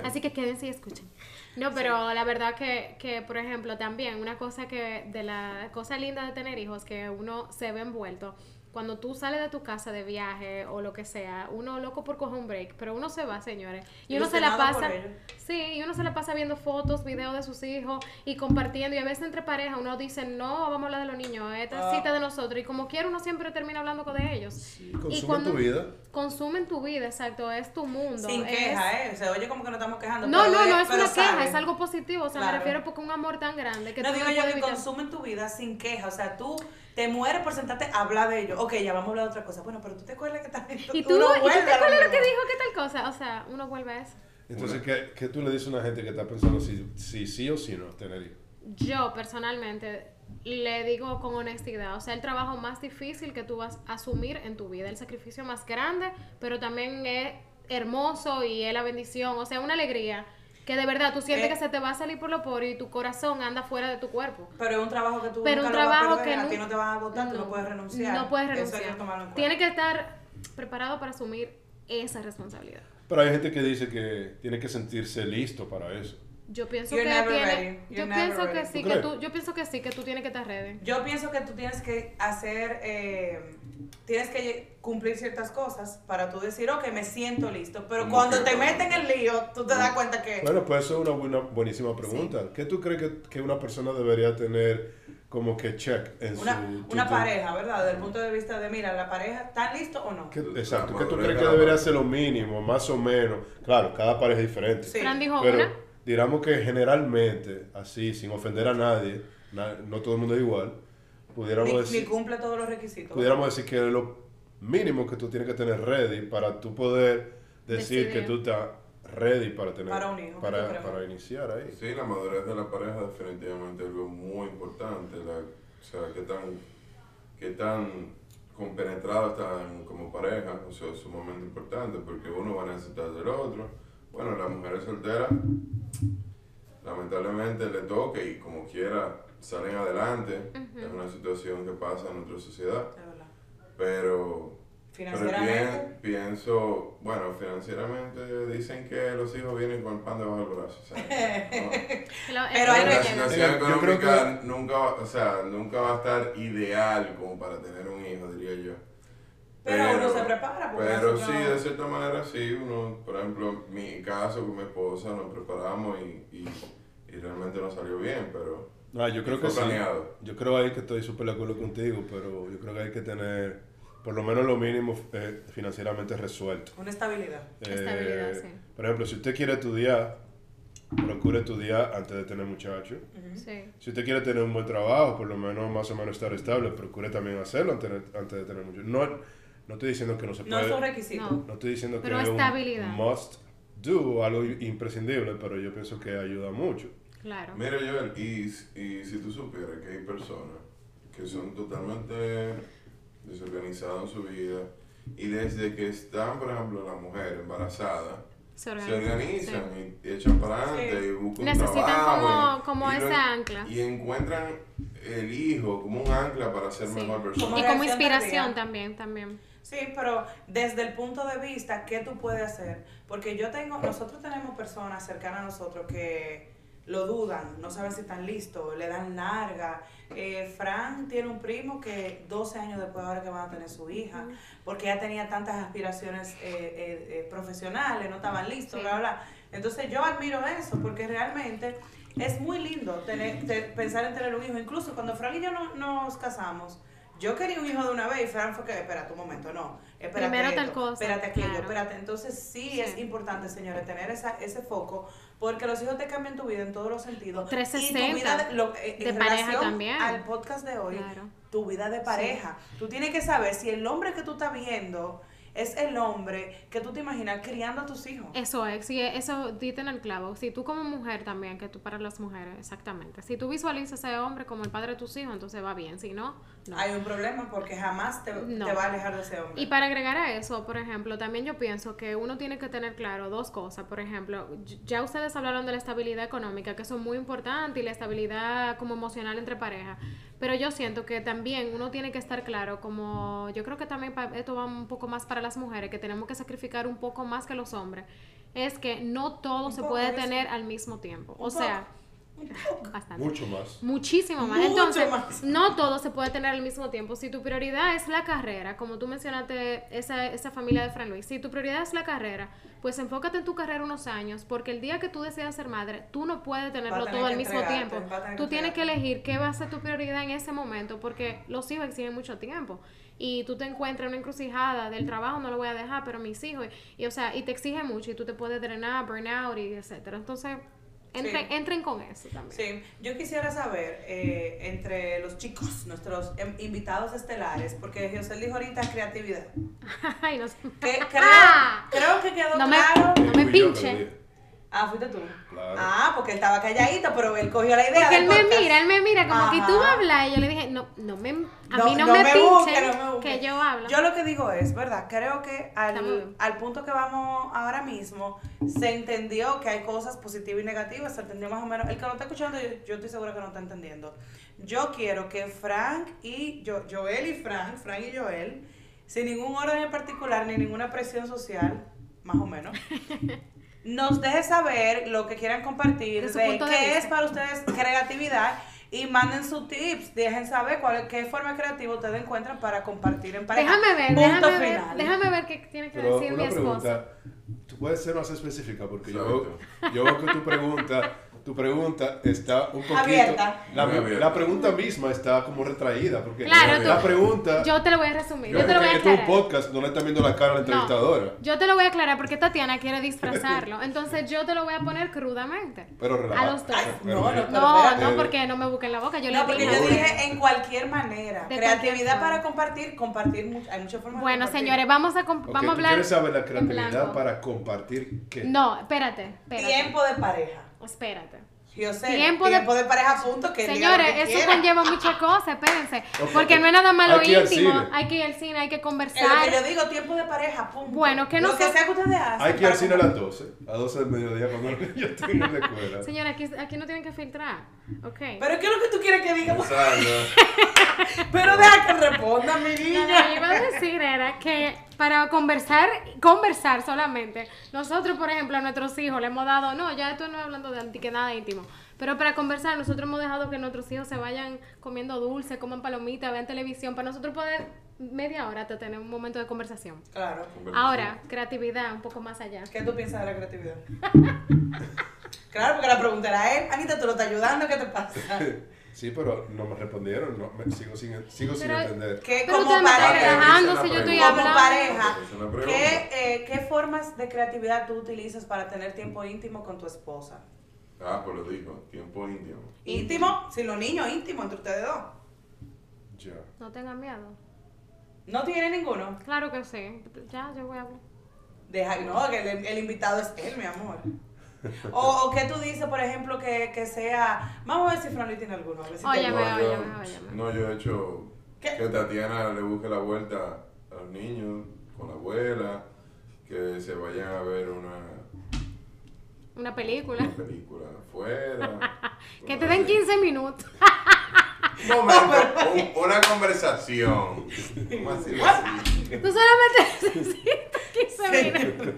[SPEAKER 2] Así que quédense y escuchen. No, pero la verdad que, que, por ejemplo, también una cosa que de la cosa linda de tener hijos que uno se ve envuelto. Cuando tú sales de tu casa de viaje o lo que sea, uno loco por coger un break, pero uno se va, señores. Y uno se la
[SPEAKER 3] Ilusionado por
[SPEAKER 2] pasa.
[SPEAKER 3] ello.
[SPEAKER 2] Sí, y uno se la pasa viendo fotos, videos de sus hijos y compartiendo. Y a veces entre pareja uno dice, no, vamos a hablar de los niños, esta
[SPEAKER 3] Ah.
[SPEAKER 2] cita de nosotros. Y como quiera, uno siempre termina hablando con- de ellos.
[SPEAKER 4] consume
[SPEAKER 2] cuando-
[SPEAKER 4] tu vida.
[SPEAKER 2] Consumen tu vida, exacto, es tu mundo.
[SPEAKER 3] Sin
[SPEAKER 2] es-
[SPEAKER 3] queja, ¿eh? O sea, oye como que no estamos quejando.
[SPEAKER 2] No,
[SPEAKER 3] pero
[SPEAKER 2] no,
[SPEAKER 3] de-
[SPEAKER 2] no es
[SPEAKER 3] pero
[SPEAKER 2] una queja,
[SPEAKER 3] saben.
[SPEAKER 2] es algo positivo. O sea, me
[SPEAKER 3] Claro.
[SPEAKER 2] refiero porque un amor tan grande que
[SPEAKER 3] no
[SPEAKER 2] tú
[SPEAKER 3] digo
[SPEAKER 2] no
[SPEAKER 3] yo
[SPEAKER 2] puedes
[SPEAKER 3] que
[SPEAKER 2] evitar.
[SPEAKER 3] consumen tu vida sin queja. O sea, tú te mueres por sentarte a hablar de ello. Ok, ya vamos a hablar de otra cosa. Bueno, pero tú te acuerdas que también.
[SPEAKER 2] Y tú,
[SPEAKER 3] uno
[SPEAKER 2] ¿y tú
[SPEAKER 3] vuelve
[SPEAKER 2] te
[SPEAKER 3] a
[SPEAKER 2] acuerdas lo que
[SPEAKER 3] mismo.
[SPEAKER 2] dijo? ¿Qué tal cosa? O sea, uno vuelve a eso.
[SPEAKER 4] Entonces, ¿qué, qué tú le dices a una gente que está pensando si, si sí o si no tener hijos?
[SPEAKER 2] Yo personalmente le digo con honestidad, o sea, el trabajo más difícil que tú vas a asumir en tu vida, el sacrificio más grande, pero también es hermoso y es la bendición, o sea, una alegría que de verdad tú sientes
[SPEAKER 3] Eh.
[SPEAKER 2] que se te va a salir por lo por y tu corazón anda fuera de tu cuerpo.
[SPEAKER 3] Pero es un trabajo que tú
[SPEAKER 2] pero un
[SPEAKER 3] nunca lo vas a
[SPEAKER 2] trabajo
[SPEAKER 3] perder,
[SPEAKER 2] que
[SPEAKER 3] a ti no te van a votar, tú no puedes renunciar.
[SPEAKER 2] No puedes
[SPEAKER 3] Eso hay que tomarlo en
[SPEAKER 2] renunciar.
[SPEAKER 3] cuenta.
[SPEAKER 2] Tienes que estar preparado para asumir esa responsabilidad.
[SPEAKER 4] Pero hay gente que dice que tiene que sentirse listo para eso.
[SPEAKER 2] Yo pienso
[SPEAKER 3] You're
[SPEAKER 2] que
[SPEAKER 3] never
[SPEAKER 2] tiene,
[SPEAKER 3] ready. You're
[SPEAKER 2] yo
[SPEAKER 3] never
[SPEAKER 2] pienso que
[SPEAKER 3] ready.
[SPEAKER 2] sí
[SPEAKER 4] ¿Tú
[SPEAKER 2] que
[SPEAKER 4] crees?
[SPEAKER 2] tú, yo pienso que sí que tú tienes que estar ready.
[SPEAKER 3] Yo pienso que tú tienes que hacer, eh, tienes que cumplir ciertas cosas para tú decir, ok, me siento listo. Pero
[SPEAKER 5] Como
[SPEAKER 3] cuando
[SPEAKER 5] que-
[SPEAKER 3] te meten en lío, tú te das cuenta que...
[SPEAKER 4] Bueno, pues eso es una buena, buenísima pregunta. ¿Qué tú crees que, que una persona debería tener como que check en
[SPEAKER 3] Una,
[SPEAKER 4] su...
[SPEAKER 3] una
[SPEAKER 4] tu-
[SPEAKER 3] pareja, ¿verdad? Desde el punto de vista de, mira, la pareja, ¿están listos o no?
[SPEAKER 4] ¿Qué-
[SPEAKER 5] La
[SPEAKER 4] exacto. ¿Qué tú
[SPEAKER 5] madurez
[SPEAKER 4] crees
[SPEAKER 5] de
[SPEAKER 4] que
[SPEAKER 5] la
[SPEAKER 4] debería
[SPEAKER 5] pareja.
[SPEAKER 4] ser lo mínimo, más o menos? Claro, cada pareja es diferente.
[SPEAKER 3] Sí.
[SPEAKER 2] Fran dijo
[SPEAKER 4] Pero
[SPEAKER 2] una.
[SPEAKER 4] digamos que generalmente, así, sin ofender a nadie, na- no todo el mundo es igual, pudiéramos,
[SPEAKER 3] Ni, ni
[SPEAKER 4] decir,
[SPEAKER 3] cumple todos los requisitos.
[SPEAKER 4] pudiéramos decir que lo mínimo que tú tienes que tener ready para tú poder decir
[SPEAKER 2] Decidir.
[SPEAKER 4] que tú estás ready para tener
[SPEAKER 3] Para un hijo,
[SPEAKER 4] para-
[SPEAKER 3] yo creo.
[SPEAKER 4] para iniciar ahí.
[SPEAKER 5] Sí, la madurez de la pareja definitivamente es algo muy importante. la- o sea, qué tan, qué tan compenetrados están como pareja, o sea, es sumamente importante porque uno va a necesitar del otro. Bueno, las mujeres solteras, lamentablemente le toca y como quiera salen adelante. Es una situación que pasa en nuestra sociedad,
[SPEAKER 3] De verdad.
[SPEAKER 5] pero pero
[SPEAKER 3] Financieramente.
[SPEAKER 5] pien- pienso, bueno, financieramente dicen que los hijos vienen con el pan debajo del brazo. o sea, no.
[SPEAKER 2] Lo- el-
[SPEAKER 3] Pero hay
[SPEAKER 5] la
[SPEAKER 3] relleno.
[SPEAKER 5] situación
[SPEAKER 4] Yo creo
[SPEAKER 5] económica nunca, va- o sea, nunca va a estar ideal como para tener un hijo, diría yo.
[SPEAKER 3] Pero uno se prepara, porque
[SPEAKER 5] Pero
[SPEAKER 3] así
[SPEAKER 5] sí,
[SPEAKER 3] no-
[SPEAKER 5] de cierta manera sí. Uno, por ejemplo, mi caso con mi esposa nos preparamos y, y, y realmente no salió bien, pero
[SPEAKER 4] No, Ah, yo creo
[SPEAKER 5] fue
[SPEAKER 4] que sí.
[SPEAKER 5] planeado.
[SPEAKER 4] Yo creo ahí que estoy súper de acuerdo contigo, pero yo creo que hay que tener por lo menos lo mínimo eh, financieramente resuelto. Eh,
[SPEAKER 3] Una estabilidad.
[SPEAKER 2] Estabilidad, sí.
[SPEAKER 4] Por ejemplo, si usted quiere estudiar, procure estudiar antes de tener muchachos.
[SPEAKER 2] Sí.
[SPEAKER 4] Si usted quiere tener un buen trabajo, por lo menos más o menos estar estable, procure también hacerlo antes, antes de tener muchos. No, no estoy diciendo que no se
[SPEAKER 3] No
[SPEAKER 4] puede.
[SPEAKER 3] es un requisito.
[SPEAKER 2] No.
[SPEAKER 4] no estoy diciendo que
[SPEAKER 2] Pero
[SPEAKER 4] es un
[SPEAKER 2] estabilidad.
[SPEAKER 4] must do, algo imprescindible, pero yo pienso que ayuda mucho.
[SPEAKER 2] Claro.
[SPEAKER 5] Mira, Joel, y, y si tú supieras que hay personas que son totalmente desorganizadas en su vida y desde que están, por ejemplo, la mujer embarazada,
[SPEAKER 2] Se
[SPEAKER 5] se
[SPEAKER 2] organiza.
[SPEAKER 5] organizan
[SPEAKER 2] sí.
[SPEAKER 5] y echan para adelante y buscan un
[SPEAKER 2] Necesitan
[SPEAKER 5] trabajo,
[SPEAKER 2] como- como
[SPEAKER 5] y lo-
[SPEAKER 2] esa ancla.
[SPEAKER 5] Y encuentran el hijo como un ancla para ser
[SPEAKER 2] Sí.
[SPEAKER 5] mejor persona.
[SPEAKER 3] Como
[SPEAKER 2] Y como
[SPEAKER 3] reacción
[SPEAKER 2] inspiración
[SPEAKER 3] tardía.
[SPEAKER 2] también, también.
[SPEAKER 3] Sí, pero desde el punto de vista, ¿qué tú puedes hacer? Porque yo tengo, nosotros tenemos personas cercanas a nosotros que lo dudan, no saben si están listos, le dan larga. Eh, Fran tiene un primo que 12 años después ahora que van a tener su hija, porque ya tenía tantas aspiraciones eh, eh, eh, profesionales, no estaban listos,
[SPEAKER 2] Sí.
[SPEAKER 3] bla, bla. Entonces yo admiro eso, porque realmente es muy lindo tener, te- pensar en tener un hijo. Incluso cuando Fran y yo no- nos casamos, yo quería un hijo de una vez y Fran fue que, espérate un momento, no, espérate
[SPEAKER 2] Primero
[SPEAKER 3] esto,
[SPEAKER 2] tal cosa,
[SPEAKER 3] espérate aquello,
[SPEAKER 2] claro.
[SPEAKER 3] espérate. Entonces sí,
[SPEAKER 2] Sí.
[SPEAKER 3] es importante, señores, tener esa, ese foco, porque los hijos te cambian tu vida en todos los sentidos. Y
[SPEAKER 2] 360
[SPEAKER 3] tu vida de, lo- eh,
[SPEAKER 2] de
[SPEAKER 3] en
[SPEAKER 2] pareja
[SPEAKER 3] relación
[SPEAKER 2] también.
[SPEAKER 3] al podcast de hoy,
[SPEAKER 2] Claro.
[SPEAKER 3] tu vida de pareja. Tú tienes que saber si el hombre que tú estás viendo es el hombre que tú te imaginas criando a tus hijos.
[SPEAKER 2] Eso es, sí, eso dite en el clavo. Si tú como mujer también, que tú para las mujeres, exactamente. Si tú visualizas a ese hombre como el padre de tus hijos, entonces va bien. Si no, no.
[SPEAKER 3] Hay un problema porque jamás te,
[SPEAKER 2] No.
[SPEAKER 3] te va a alejar de ese hombre.
[SPEAKER 2] Y para agregar a eso, por ejemplo, también yo pienso que uno tiene que tener claro dos cosas. Por ejemplo, y- ya ustedes hablaron de la estabilidad económica, que eso es muy importante, y la estabilidad como emocional entre parejas. Pero yo siento que también uno tiene que estar claro, como yo creo que también pa- esto va un poco más para las mujeres, que tenemos que sacrificar un poco más que los hombres. Es que no todo
[SPEAKER 3] Un
[SPEAKER 2] se
[SPEAKER 3] poco,
[SPEAKER 2] puede
[SPEAKER 3] yo sí.
[SPEAKER 2] tener al mismo tiempo. O
[SPEAKER 3] Un
[SPEAKER 2] sea,
[SPEAKER 3] Un poco.
[SPEAKER 2] bastante.
[SPEAKER 4] Mucho más.
[SPEAKER 2] Muchísimo más.
[SPEAKER 3] Mucho
[SPEAKER 2] Entonces,
[SPEAKER 3] más.
[SPEAKER 2] no todo se puede tener al mismo tiempo. Si tu prioridad es la carrera, como tú mencionaste, esa, esa familia de Fran Luis, si tu prioridad es la carrera, pues enfócate en tu carrera unos años, porque el día que tú decidas ser madre, tú no puedes tenerlo
[SPEAKER 3] tener
[SPEAKER 2] todo
[SPEAKER 3] que
[SPEAKER 2] al mismo
[SPEAKER 3] entregarte,
[SPEAKER 2] tiempo.
[SPEAKER 3] va a tener que
[SPEAKER 2] Tú tienes que
[SPEAKER 3] entregarte.
[SPEAKER 2] elegir qué va a ser tu prioridad en ese momento, porque los hijos exigen mucho tiempo. Y tú te encuentras en una encrucijada del trabajo, no lo voy a dejar, pero mis hijos, y, o sea, y te exige mucho, y tú te puedes drenar, burnout, y etcétera. Entonces, entren,
[SPEAKER 3] Sí.
[SPEAKER 2] entren con eso también.
[SPEAKER 3] Sí, yo quisiera saber eh, entre los chicos, nuestros em, invitados estelares, porque José dijo ahorita creatividad.
[SPEAKER 2] Ay, no sé.
[SPEAKER 3] Que creo,
[SPEAKER 2] Ah.
[SPEAKER 3] creo que quedó
[SPEAKER 2] No me-
[SPEAKER 3] claro.
[SPEAKER 2] No me
[SPEAKER 4] Fui yo que lo
[SPEAKER 2] pinche.
[SPEAKER 4] dije.
[SPEAKER 3] Ah, fuiste tú.
[SPEAKER 4] Claro.
[SPEAKER 3] Ah, porque él estaba calladito, pero él cogió la idea.
[SPEAKER 2] Porque
[SPEAKER 3] del
[SPEAKER 2] él me
[SPEAKER 3] podcast.
[SPEAKER 2] mira, él me mira como que tú
[SPEAKER 3] Ajá.
[SPEAKER 2] hablas. Y yo le dije, no, no me, a
[SPEAKER 3] No-
[SPEAKER 2] mí no,
[SPEAKER 3] no
[SPEAKER 2] me,
[SPEAKER 3] me busque,
[SPEAKER 2] pinchen
[SPEAKER 3] no me busque.
[SPEAKER 2] que yo hablo.
[SPEAKER 3] Yo lo que digo es, ¿verdad? Creo que
[SPEAKER 2] Está muy
[SPEAKER 3] al,
[SPEAKER 2] bien.
[SPEAKER 3] al punto que vamos ahora mismo, se entendió que hay cosas positivas y negativas, se entendió más o menos. El que no está escuchando, yo, yo estoy segura que no está entendiendo. Yo quiero que Frank y yo, Joel y Frank, Frank y Joel, sin ningún orden en particular ni ninguna presión social, más o menos. Nos deje saber lo que quieran compartir,
[SPEAKER 2] De su
[SPEAKER 3] de
[SPEAKER 2] punto de
[SPEAKER 3] qué
[SPEAKER 2] vista.
[SPEAKER 3] es para ustedes creatividad y manden sus tips. Dejen saber cuál, qué forma creativa ustedes encuentran para compartir en pareja.
[SPEAKER 2] déjame ver,
[SPEAKER 3] Punto
[SPEAKER 2] déjame ver,
[SPEAKER 3] final.
[SPEAKER 2] déjame ver qué tiene que
[SPEAKER 4] Pero
[SPEAKER 2] decir mi
[SPEAKER 4] una
[SPEAKER 2] esposa.
[SPEAKER 4] pregunta, tú puedes ser más específica porque yo
[SPEAKER 5] Exacto.
[SPEAKER 4] veo, yo veo que tu pregunta, tu pregunta está un poquito
[SPEAKER 3] Abierta.
[SPEAKER 4] La,
[SPEAKER 5] Muy abierta.
[SPEAKER 4] la pregunta misma está como retraída porque
[SPEAKER 2] Claro,
[SPEAKER 4] la
[SPEAKER 2] tú-
[SPEAKER 4] pregunta
[SPEAKER 2] Yo te lo voy a resumir, yo te lo voy a
[SPEAKER 4] es un
[SPEAKER 2] aclarar.
[SPEAKER 4] podcast, no le están viendo la cara a la entrevistadora,
[SPEAKER 2] No, yo te lo voy a aclarar porque Tatiana quiere disfrazarlo. Entonces yo te lo voy a poner crudamente. A
[SPEAKER 4] pero relajada.
[SPEAKER 2] los tres.
[SPEAKER 4] Pero
[SPEAKER 3] no,
[SPEAKER 4] eh,
[SPEAKER 3] no,
[SPEAKER 4] relajada.
[SPEAKER 2] No,
[SPEAKER 4] espérate.
[SPEAKER 2] no, porque no me busquen la boca. Yo
[SPEAKER 3] No,
[SPEAKER 2] le
[SPEAKER 3] porque
[SPEAKER 2] dije.
[SPEAKER 3] yo dije en cualquier manera.
[SPEAKER 2] De
[SPEAKER 3] creatividad
[SPEAKER 2] cualquier
[SPEAKER 3] para
[SPEAKER 2] forma.
[SPEAKER 3] compartir, compartir, mu- hay muchas formas de
[SPEAKER 2] Bueno,
[SPEAKER 3] compartir.
[SPEAKER 2] señores, vamos a, comp-
[SPEAKER 4] Ok,
[SPEAKER 2] vamos a
[SPEAKER 4] ¿tú
[SPEAKER 2] hablar.
[SPEAKER 4] quieres saber la
[SPEAKER 2] en
[SPEAKER 4] creatividad
[SPEAKER 2] blanco.
[SPEAKER 4] para compartir qué?
[SPEAKER 2] No, espérate, espérate.
[SPEAKER 3] Tiempo de pareja.
[SPEAKER 2] Espérate.
[SPEAKER 3] Yo sé, tiempo,
[SPEAKER 2] Tiempo de-
[SPEAKER 3] de pareja, punto. Que diga lo
[SPEAKER 2] Señores,
[SPEAKER 3] que
[SPEAKER 2] eso
[SPEAKER 3] quiera.
[SPEAKER 2] conlleva muchas cosas, espérense.
[SPEAKER 4] Ok,
[SPEAKER 2] Porque
[SPEAKER 4] ok.
[SPEAKER 2] no es nada más lo
[SPEAKER 4] Hay que ir al
[SPEAKER 2] íntimo.
[SPEAKER 4] cine.
[SPEAKER 2] Hay que ir al cine, hay que
[SPEAKER 3] Es lo que yo
[SPEAKER 2] conversar.
[SPEAKER 3] digo, tiempo de pareja, punto.
[SPEAKER 2] Bueno, que
[SPEAKER 3] Lo
[SPEAKER 2] no
[SPEAKER 3] que
[SPEAKER 2] sé-
[SPEAKER 3] sea que ustedes hacen.
[SPEAKER 4] Hay que ir
[SPEAKER 3] para
[SPEAKER 4] al cine a
[SPEAKER 3] compartir.
[SPEAKER 4] las 12, a 12 del mediodía cuando los niños estén en la escuela.
[SPEAKER 2] Señores, aquí, aquí no tienen que filtrar. Ok.
[SPEAKER 3] Pero ¿qué es lo que tú quieres que diga?
[SPEAKER 5] Exacto.
[SPEAKER 3] Pero deja que responda, mi
[SPEAKER 2] Lo que
[SPEAKER 3] niña.
[SPEAKER 2] iba a decir era que para conversar, conversar solamente, nosotros, por ejemplo, a nuestros hijos le hemos dado, no, ya esto no es hablando de que nada íntimo, pero para conversar nosotros hemos dejado que nuestros hijos se vayan comiendo dulce, coman palomitas, vean televisión, para nosotros poder media hora hasta tener un momento de conversación.
[SPEAKER 3] Claro. pues.
[SPEAKER 2] Ahora, creatividad, un poco más allá.
[SPEAKER 3] ¿Qué tú piensas de la creatividad? claro, porque la pregunta era a él. Anita, tú lo estás ayudando, ¿qué te pasa?
[SPEAKER 4] Sí, pero no me respondieron, no, me- sigo sin, sigo sin
[SPEAKER 2] Pero-
[SPEAKER 4] entender.
[SPEAKER 3] Que
[SPEAKER 2] Pero
[SPEAKER 3] como
[SPEAKER 2] usted me está
[SPEAKER 3] pareja,
[SPEAKER 2] relajando, si yo estoy
[SPEAKER 5] Como
[SPEAKER 2] hablando.
[SPEAKER 3] pareja.
[SPEAKER 5] Es una pregunta.
[SPEAKER 3] ¿qué, eh, ¿qué formas de creatividad tú utilizas para tener tiempo íntimo con tu esposa?
[SPEAKER 5] Ah, pues lo dijo, tiempo íntimo.
[SPEAKER 3] Íntimo, sin los niños, íntimo entre ustedes dos.
[SPEAKER 4] Ya.
[SPEAKER 2] No tengan miedo.
[SPEAKER 3] No tiene ninguno.
[SPEAKER 2] Claro que sí. Ya, yo voy a hablar.
[SPEAKER 3] Deja, no, que el, el invitado es él, mi amor. O, o que tú dices, por ejemplo, que, que sea. Vamos a ver si Franly tiene alguno. a ver si
[SPEAKER 2] Oye,
[SPEAKER 3] tiene-
[SPEAKER 2] me-
[SPEAKER 5] no,
[SPEAKER 2] oye,
[SPEAKER 5] yo,
[SPEAKER 2] me- oye, me.
[SPEAKER 5] no, yo he hecho
[SPEAKER 3] ¿Qué?
[SPEAKER 5] que Tatiana le busque la vuelta a los niños con la abuela, que se vayan a ver una,
[SPEAKER 2] Una
[SPEAKER 5] una
[SPEAKER 2] película.
[SPEAKER 5] película afuera.
[SPEAKER 2] Que te
[SPEAKER 5] cosas
[SPEAKER 2] den
[SPEAKER 5] así.
[SPEAKER 2] 15 minutos.
[SPEAKER 5] Un momento, un- una conversación. ¿Cómo así?
[SPEAKER 2] Tú solamente necesitas 15 minutos.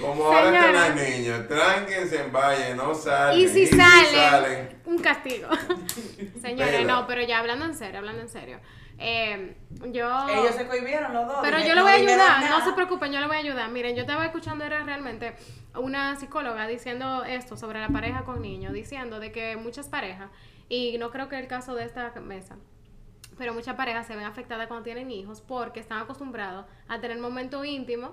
[SPEAKER 5] Como ahora están
[SPEAKER 2] Señora.
[SPEAKER 5] las niñas, tránquense en valle, no salen.
[SPEAKER 2] Y si
[SPEAKER 5] salen,
[SPEAKER 2] sale, un castigo. Señores,
[SPEAKER 5] Vela.
[SPEAKER 2] no, pero ya hablando en serio, hablando en serio. Eh, yo.
[SPEAKER 3] Ellos se cohibieron los dos.
[SPEAKER 2] Pero
[SPEAKER 3] dije,
[SPEAKER 2] yo le voy a
[SPEAKER 3] no dijeron
[SPEAKER 2] ayudar,
[SPEAKER 3] nada.
[SPEAKER 2] no se preocupen, yo le voy a ayudar. Miren, yo estaba escuchando, era realmente una psicóloga diciendo esto sobre la pareja con niños, diciendo de que muchas parejas, y no creo que el caso de esta mesa, pero muchas parejas se ven afectadas cuando tienen hijos porque están acostumbrados a tener momentos íntimos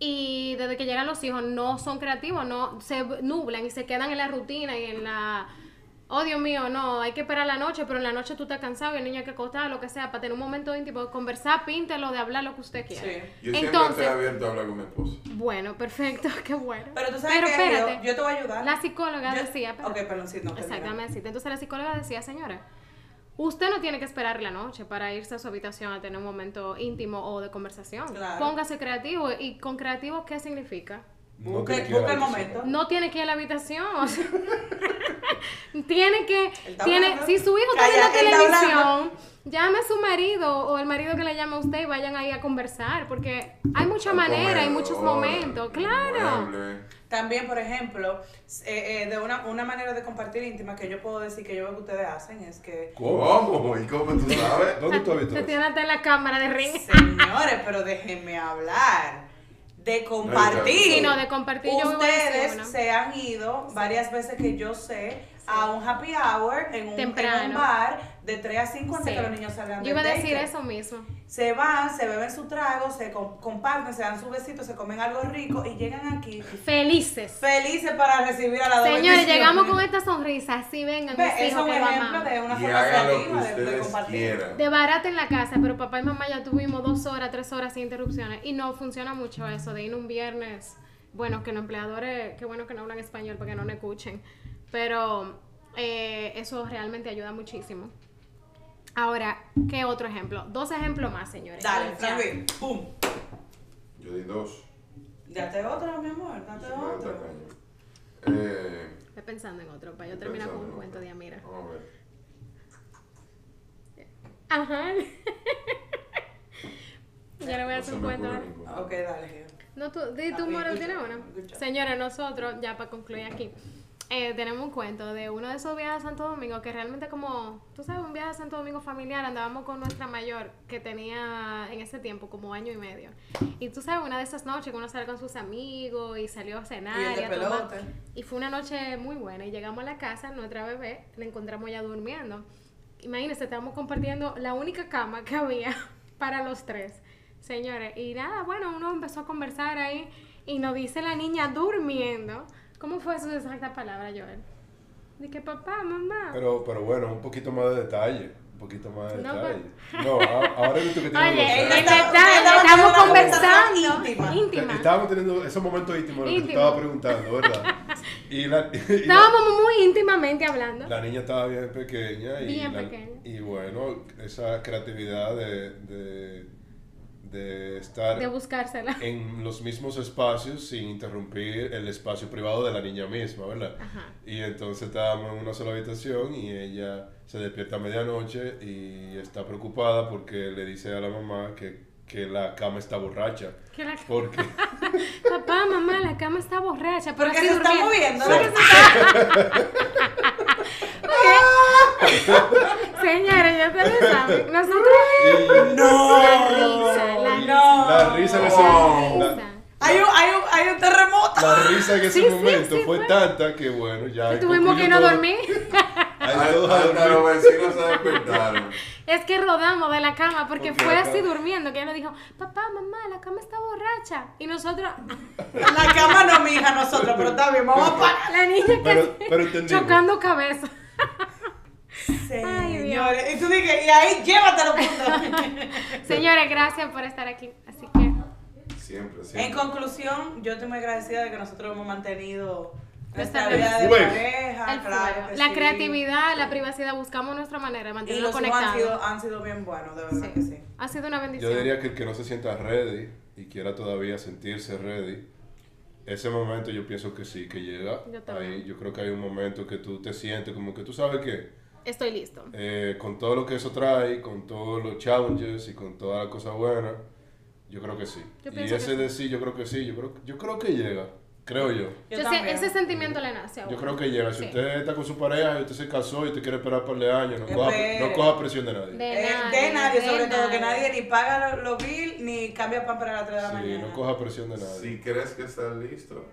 [SPEAKER 2] y desde que llegan los hijos no son creativos, no se nublan y se quedan en la rutina y en la oh Dios mío, no, hay que esperar la noche, pero en la noche tú estás cansado y el niño hay que acostar, lo que sea, para tener un momento íntimo, de conversar, píntelo, de hablar lo que usted quiera.
[SPEAKER 3] Sí.
[SPEAKER 5] Yo siempre estoy
[SPEAKER 2] Entonces,
[SPEAKER 5] abierto a hablar con mi esposo.
[SPEAKER 2] bueno, perfecto, qué bueno.
[SPEAKER 3] Pero tú sabes
[SPEAKER 2] Pero
[SPEAKER 3] que yo-
[SPEAKER 2] espérate.
[SPEAKER 3] yo, te voy a ayudar.
[SPEAKER 2] La psicóloga
[SPEAKER 3] Yo-
[SPEAKER 2] decía,
[SPEAKER 3] Ok,
[SPEAKER 2] espérate.
[SPEAKER 3] perdón, sí, no. termina.
[SPEAKER 2] Exactamente, sí. Entonces la psicóloga decía, señora, usted no tiene que esperar la noche para irse a su habitación a tener un momento íntimo o de conversación.
[SPEAKER 3] Claro.
[SPEAKER 2] Póngase creativo. ¿Y con creativo qué significa?
[SPEAKER 4] No
[SPEAKER 3] Busca-
[SPEAKER 4] te quiero
[SPEAKER 3] busca el
[SPEAKER 4] decir.
[SPEAKER 3] momento.
[SPEAKER 2] No tiene que ir a la habitación. o sea, tiene que,
[SPEAKER 3] Él está
[SPEAKER 2] tiene,
[SPEAKER 3] hablando.
[SPEAKER 2] si su hijo
[SPEAKER 3] Calla,
[SPEAKER 2] está
[SPEAKER 3] él
[SPEAKER 2] en la
[SPEAKER 3] está
[SPEAKER 2] televisión,
[SPEAKER 3] hablando.
[SPEAKER 2] llame a su marido o el marido que le llame a usted y vayan ahí a conversar, porque hay mucha
[SPEAKER 5] Al
[SPEAKER 2] manera, hay
[SPEAKER 5] comedor,
[SPEAKER 2] muchos momentos,
[SPEAKER 5] al
[SPEAKER 2] claro.
[SPEAKER 5] mueble.
[SPEAKER 3] También, por ejemplo, eh, eh, de una, una manera de compartir íntima que yo puedo decir que yo veo que ustedes hacen es que.
[SPEAKER 4] ¿Cómo?
[SPEAKER 5] ¿Cómo? ¿Y cómo tú sabes?
[SPEAKER 4] ¿Dónde tú has visto
[SPEAKER 2] Se
[SPEAKER 4] eso?
[SPEAKER 2] tiene hasta en la cámara de ring.
[SPEAKER 3] Señores, pero déjenme hablar. De compartir.
[SPEAKER 2] Sí, no, de compartir yo vivo
[SPEAKER 3] Ustedes
[SPEAKER 2] en
[SPEAKER 3] se han ido varias veces que yo sé a un happy hour en un, en un
[SPEAKER 2] Temprano.
[SPEAKER 3] bar de 3 a 5 antes
[SPEAKER 2] Sí.
[SPEAKER 3] que los niños salgan
[SPEAKER 2] Yo iba a
[SPEAKER 3] del
[SPEAKER 2] decir
[SPEAKER 3] daycare.
[SPEAKER 2] eso mismo.
[SPEAKER 3] Se van, se beben su trago, se com- comparten, se dan su besito, se comen algo rico y llegan aquí
[SPEAKER 2] Felices.
[SPEAKER 3] felices para recibir a la
[SPEAKER 2] Señores,
[SPEAKER 3] bendición.
[SPEAKER 2] llegamos con esta sonrisa. Así vengan,
[SPEAKER 3] Ve,
[SPEAKER 2] mis
[SPEAKER 3] eso es
[SPEAKER 2] hijos
[SPEAKER 3] un
[SPEAKER 2] que lo
[SPEAKER 3] ejemplo
[SPEAKER 2] amamos.
[SPEAKER 3] de una
[SPEAKER 5] Y
[SPEAKER 3] forma
[SPEAKER 5] hagan lo que
[SPEAKER 3] creativa de, de
[SPEAKER 5] ustedes
[SPEAKER 3] compartir.
[SPEAKER 5] quieran.
[SPEAKER 2] De barata en la casa, pero papá y mamá ya tuvimos dos horas, tres horas sin interrupciones. Y no funciona mucho eso de ir un viernes. Bueno, que los empleadores, qué bueno que no hablan español para que no nos escuchen. Pero eh, eso realmente ayuda muchísimo. Ahora, ¿qué otro ejemplo? Dos ejemplos más, señores.
[SPEAKER 3] Dale,
[SPEAKER 2] Ya.
[SPEAKER 3] Franklin, pum.
[SPEAKER 5] Yo di dos.
[SPEAKER 3] Date otro, mi amor, date
[SPEAKER 5] Se me da
[SPEAKER 3] otro.
[SPEAKER 5] tacaño. Eh,
[SPEAKER 2] Estoy pensando en otro, para yo terminar con un
[SPEAKER 5] pensando,
[SPEAKER 2] cuento de Amira.
[SPEAKER 5] Vamos a ver.
[SPEAKER 2] Ajá. ya le voy a
[SPEAKER 5] No
[SPEAKER 2] hacer
[SPEAKER 5] se
[SPEAKER 2] un
[SPEAKER 5] me
[SPEAKER 2] cuento ¿eh?
[SPEAKER 5] ocurre
[SPEAKER 2] ahora.
[SPEAKER 5] ninguno.
[SPEAKER 3] Ok, dale, Gio.
[SPEAKER 2] No, tú, di tú,
[SPEAKER 3] Ah,
[SPEAKER 2] Moral,
[SPEAKER 3] escucha,
[SPEAKER 2] tiene una.
[SPEAKER 3] escucha.
[SPEAKER 2] Señores, nosotros, ya para concluir aquí, eh, tenemos un cuento de uno de esos viajes a Santo Domingo que realmente como, tú sabes, un viaje a Santo Domingo familiar, andábamos con nuestra mayor que tenía en ese tiempo como año y medio. Y tú sabes, una de esas noches que uno sale con sus amigos y salió a cenar
[SPEAKER 3] Y el de
[SPEAKER 2] a tomar.
[SPEAKER 3] pelota.
[SPEAKER 2] Y fue una noche muy buena y llegamos a la casa, nuestra bebé, la encontramos ya durmiendo. Imagínense, estábamos compartiendo la única cama que había para los tres, señores. Y nada, bueno, uno empezó a conversar ahí y nos dice la niña durmiendo. ¿Cómo fue su exacta palabra, Joel? De que papá, mamá.
[SPEAKER 4] Pero, pero bueno, un poquito más de detalle. Un poquito más de
[SPEAKER 2] No, pues.
[SPEAKER 4] detalle. No, a- ahora es tú que tienes
[SPEAKER 2] Oye, en
[SPEAKER 3] ella
[SPEAKER 4] los-
[SPEAKER 3] está- estaba
[SPEAKER 2] detalle, estamos
[SPEAKER 3] teniendo una conversación
[SPEAKER 2] conversando.
[SPEAKER 3] íntima.
[SPEAKER 2] Íntima.
[SPEAKER 4] Estábamos teniendo esos momentos íntimos, lo que te
[SPEAKER 2] Íntimo.
[SPEAKER 4] estaba preguntando, ¿verdad? Y la, y la-
[SPEAKER 2] Estábamos muy íntimamente hablando.
[SPEAKER 4] la niña estaba bien pequeña. Y
[SPEAKER 2] Bien
[SPEAKER 4] la-
[SPEAKER 2] pequeña.
[SPEAKER 4] Y bueno, esa creatividad de, de, de estar
[SPEAKER 2] De buscársela.
[SPEAKER 4] en los mismos espacios sin interrumpir el espacio privado de la niña misma, ¿verdad?
[SPEAKER 2] Ajá.
[SPEAKER 4] Y entonces estábamos en una sola habitación y ella se despierta a medianoche y está preocupada porque le dice a la mamá que, que la cama está borracha.
[SPEAKER 2] Que la-
[SPEAKER 4] Porque
[SPEAKER 2] Papá, mamá, la cama está borracha. pero
[SPEAKER 3] Porque
[SPEAKER 2] así
[SPEAKER 3] se está moviendo,
[SPEAKER 2] durmiendo.
[SPEAKER 4] Sí.
[SPEAKER 3] ¿verdad? que se está-
[SPEAKER 2] Señores, ya ustedes saben. Nosotros. La risa, la risa.
[SPEAKER 3] No.
[SPEAKER 4] la risa en
[SPEAKER 2] Oh.
[SPEAKER 4] ese
[SPEAKER 2] La
[SPEAKER 4] momento,
[SPEAKER 2] risa.
[SPEAKER 3] Hay un, hay un, hay un terremoto.
[SPEAKER 4] la, la risa en ese
[SPEAKER 2] Sí, sí,
[SPEAKER 4] momento
[SPEAKER 2] sí,
[SPEAKER 4] fue
[SPEAKER 2] fue.
[SPEAKER 4] tanta que bueno, ya...
[SPEAKER 2] Tuvimos
[SPEAKER 4] concluyó
[SPEAKER 2] que no
[SPEAKER 4] todo.
[SPEAKER 2] dormir.
[SPEAKER 5] Hasta hasta los vecinos se despertaron.
[SPEAKER 2] Es que rodamos de la cama porque
[SPEAKER 4] Porque
[SPEAKER 2] fue
[SPEAKER 4] la
[SPEAKER 2] así
[SPEAKER 4] cama-
[SPEAKER 2] durmiendo que ella nos dijo, papá, mamá, la cama está borracha. Y nosotros,
[SPEAKER 3] La cama no, mija, nosotros, pero está bien, vamos a parar.
[SPEAKER 2] la niña
[SPEAKER 4] Pero-
[SPEAKER 2] que
[SPEAKER 4] pero entendimos.
[SPEAKER 2] chocando cabeza. Ay, Dios.
[SPEAKER 3] Señores, y tú dije, y ahí llévatelo punto.
[SPEAKER 2] Señores, gracias por estar aquí. Así que
[SPEAKER 5] Siempre,
[SPEAKER 3] En
[SPEAKER 5] siempre.
[SPEAKER 3] conclusión, yo estoy muy agradecida de que nosotros hemos mantenido nuestra
[SPEAKER 2] Nuestra
[SPEAKER 3] vida de
[SPEAKER 4] relación.
[SPEAKER 3] pareja,
[SPEAKER 2] el
[SPEAKER 3] Ah, claro
[SPEAKER 2] fuego.
[SPEAKER 3] que
[SPEAKER 2] la
[SPEAKER 3] sí.
[SPEAKER 2] creatividad, la privacidad, buscamos nuestra manera de
[SPEAKER 3] y
[SPEAKER 2] mantenerlo
[SPEAKER 3] los hijos han
[SPEAKER 2] conectado.
[SPEAKER 3] sido, han sido bien buenos, de verdad
[SPEAKER 2] Sí.
[SPEAKER 3] que sí.
[SPEAKER 2] Ha sido una bendición.
[SPEAKER 4] Yo diría que el que no se sienta ready y quiera todavía sentirse ready, ese momento yo pienso que sí, que llega.
[SPEAKER 2] Yo también.
[SPEAKER 4] ahí, yo creo que hay un momento que tú te sientes como que tú sabes que
[SPEAKER 2] Estoy listo.
[SPEAKER 4] eh, con todo lo que eso trae, con todos los challenges y con toda la cosa buena, yo creo que sí.
[SPEAKER 2] Yo
[SPEAKER 4] y
[SPEAKER 2] pienso que
[SPEAKER 4] ese de sí, yo creo que sí, yo creo, yo creo que llega, creo yo.
[SPEAKER 3] Yo,
[SPEAKER 2] Yo sé,
[SPEAKER 3] también.
[SPEAKER 2] ese sentimiento le nace a
[SPEAKER 4] Yo
[SPEAKER 2] uno.
[SPEAKER 4] creo que llega. Si
[SPEAKER 2] Sí.
[SPEAKER 4] usted está con su pareja y usted se casó y usted quiere esperar un par de años, no, coja,
[SPEAKER 3] Espere.
[SPEAKER 4] no coja presión de nadie.
[SPEAKER 2] De,
[SPEAKER 3] Eh,
[SPEAKER 2] nadie,
[SPEAKER 3] de nadie, sobre
[SPEAKER 2] de
[SPEAKER 3] todo, que
[SPEAKER 2] nadie.
[SPEAKER 3] nadie ni paga los lo bill ni cambia pan para las 3 de la
[SPEAKER 4] Sí,
[SPEAKER 3] mañana.
[SPEAKER 4] no coja presión de nadie.
[SPEAKER 5] Si crees que estás listo,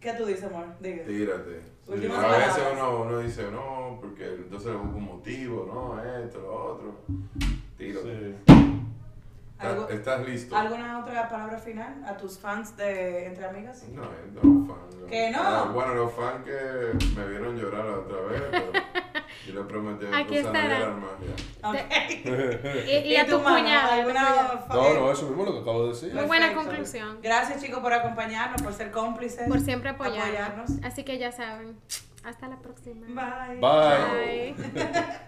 [SPEAKER 3] ¿Qué tú dices, amor? Diga.
[SPEAKER 5] tírate.
[SPEAKER 3] Últimas
[SPEAKER 5] A veces
[SPEAKER 3] palabras.
[SPEAKER 5] uno, uno dice, no, porque entonces le busco un motivo, no, esto, lo otro. Tírate.
[SPEAKER 4] Sí.
[SPEAKER 5] Ta-
[SPEAKER 3] ¿Algo-
[SPEAKER 5] ¿Estás listo?
[SPEAKER 3] ¿Alguna otra palabra final a tus fans de Entre Amigas?
[SPEAKER 5] No, eh, no, fan. no.
[SPEAKER 3] ¿Que no?
[SPEAKER 5] Ah, bueno, los fans que me vieron llorar la otra vez, pero yo les prometí a mi
[SPEAKER 2] Aquí
[SPEAKER 5] esposa no
[SPEAKER 2] estará.
[SPEAKER 5] llorar más ya.
[SPEAKER 3] Ok.
[SPEAKER 4] Eh.
[SPEAKER 2] Y, y a tu
[SPEAKER 3] mano?
[SPEAKER 2] cuñada. a tu cuñada.
[SPEAKER 3] ¿Alguna
[SPEAKER 4] No, no, eso mismo es lo que acabo de decir.
[SPEAKER 2] Muy buena
[SPEAKER 3] Perfecto.
[SPEAKER 2] conclusión.
[SPEAKER 3] Gracias, chicos, por acompañarnos, por ser cómplices.
[SPEAKER 2] Por siempre apoyarnos.
[SPEAKER 3] apoyarnos.
[SPEAKER 2] Así que ya saben. Hasta la próxima.
[SPEAKER 3] Bye.
[SPEAKER 4] Bye.
[SPEAKER 2] Bye.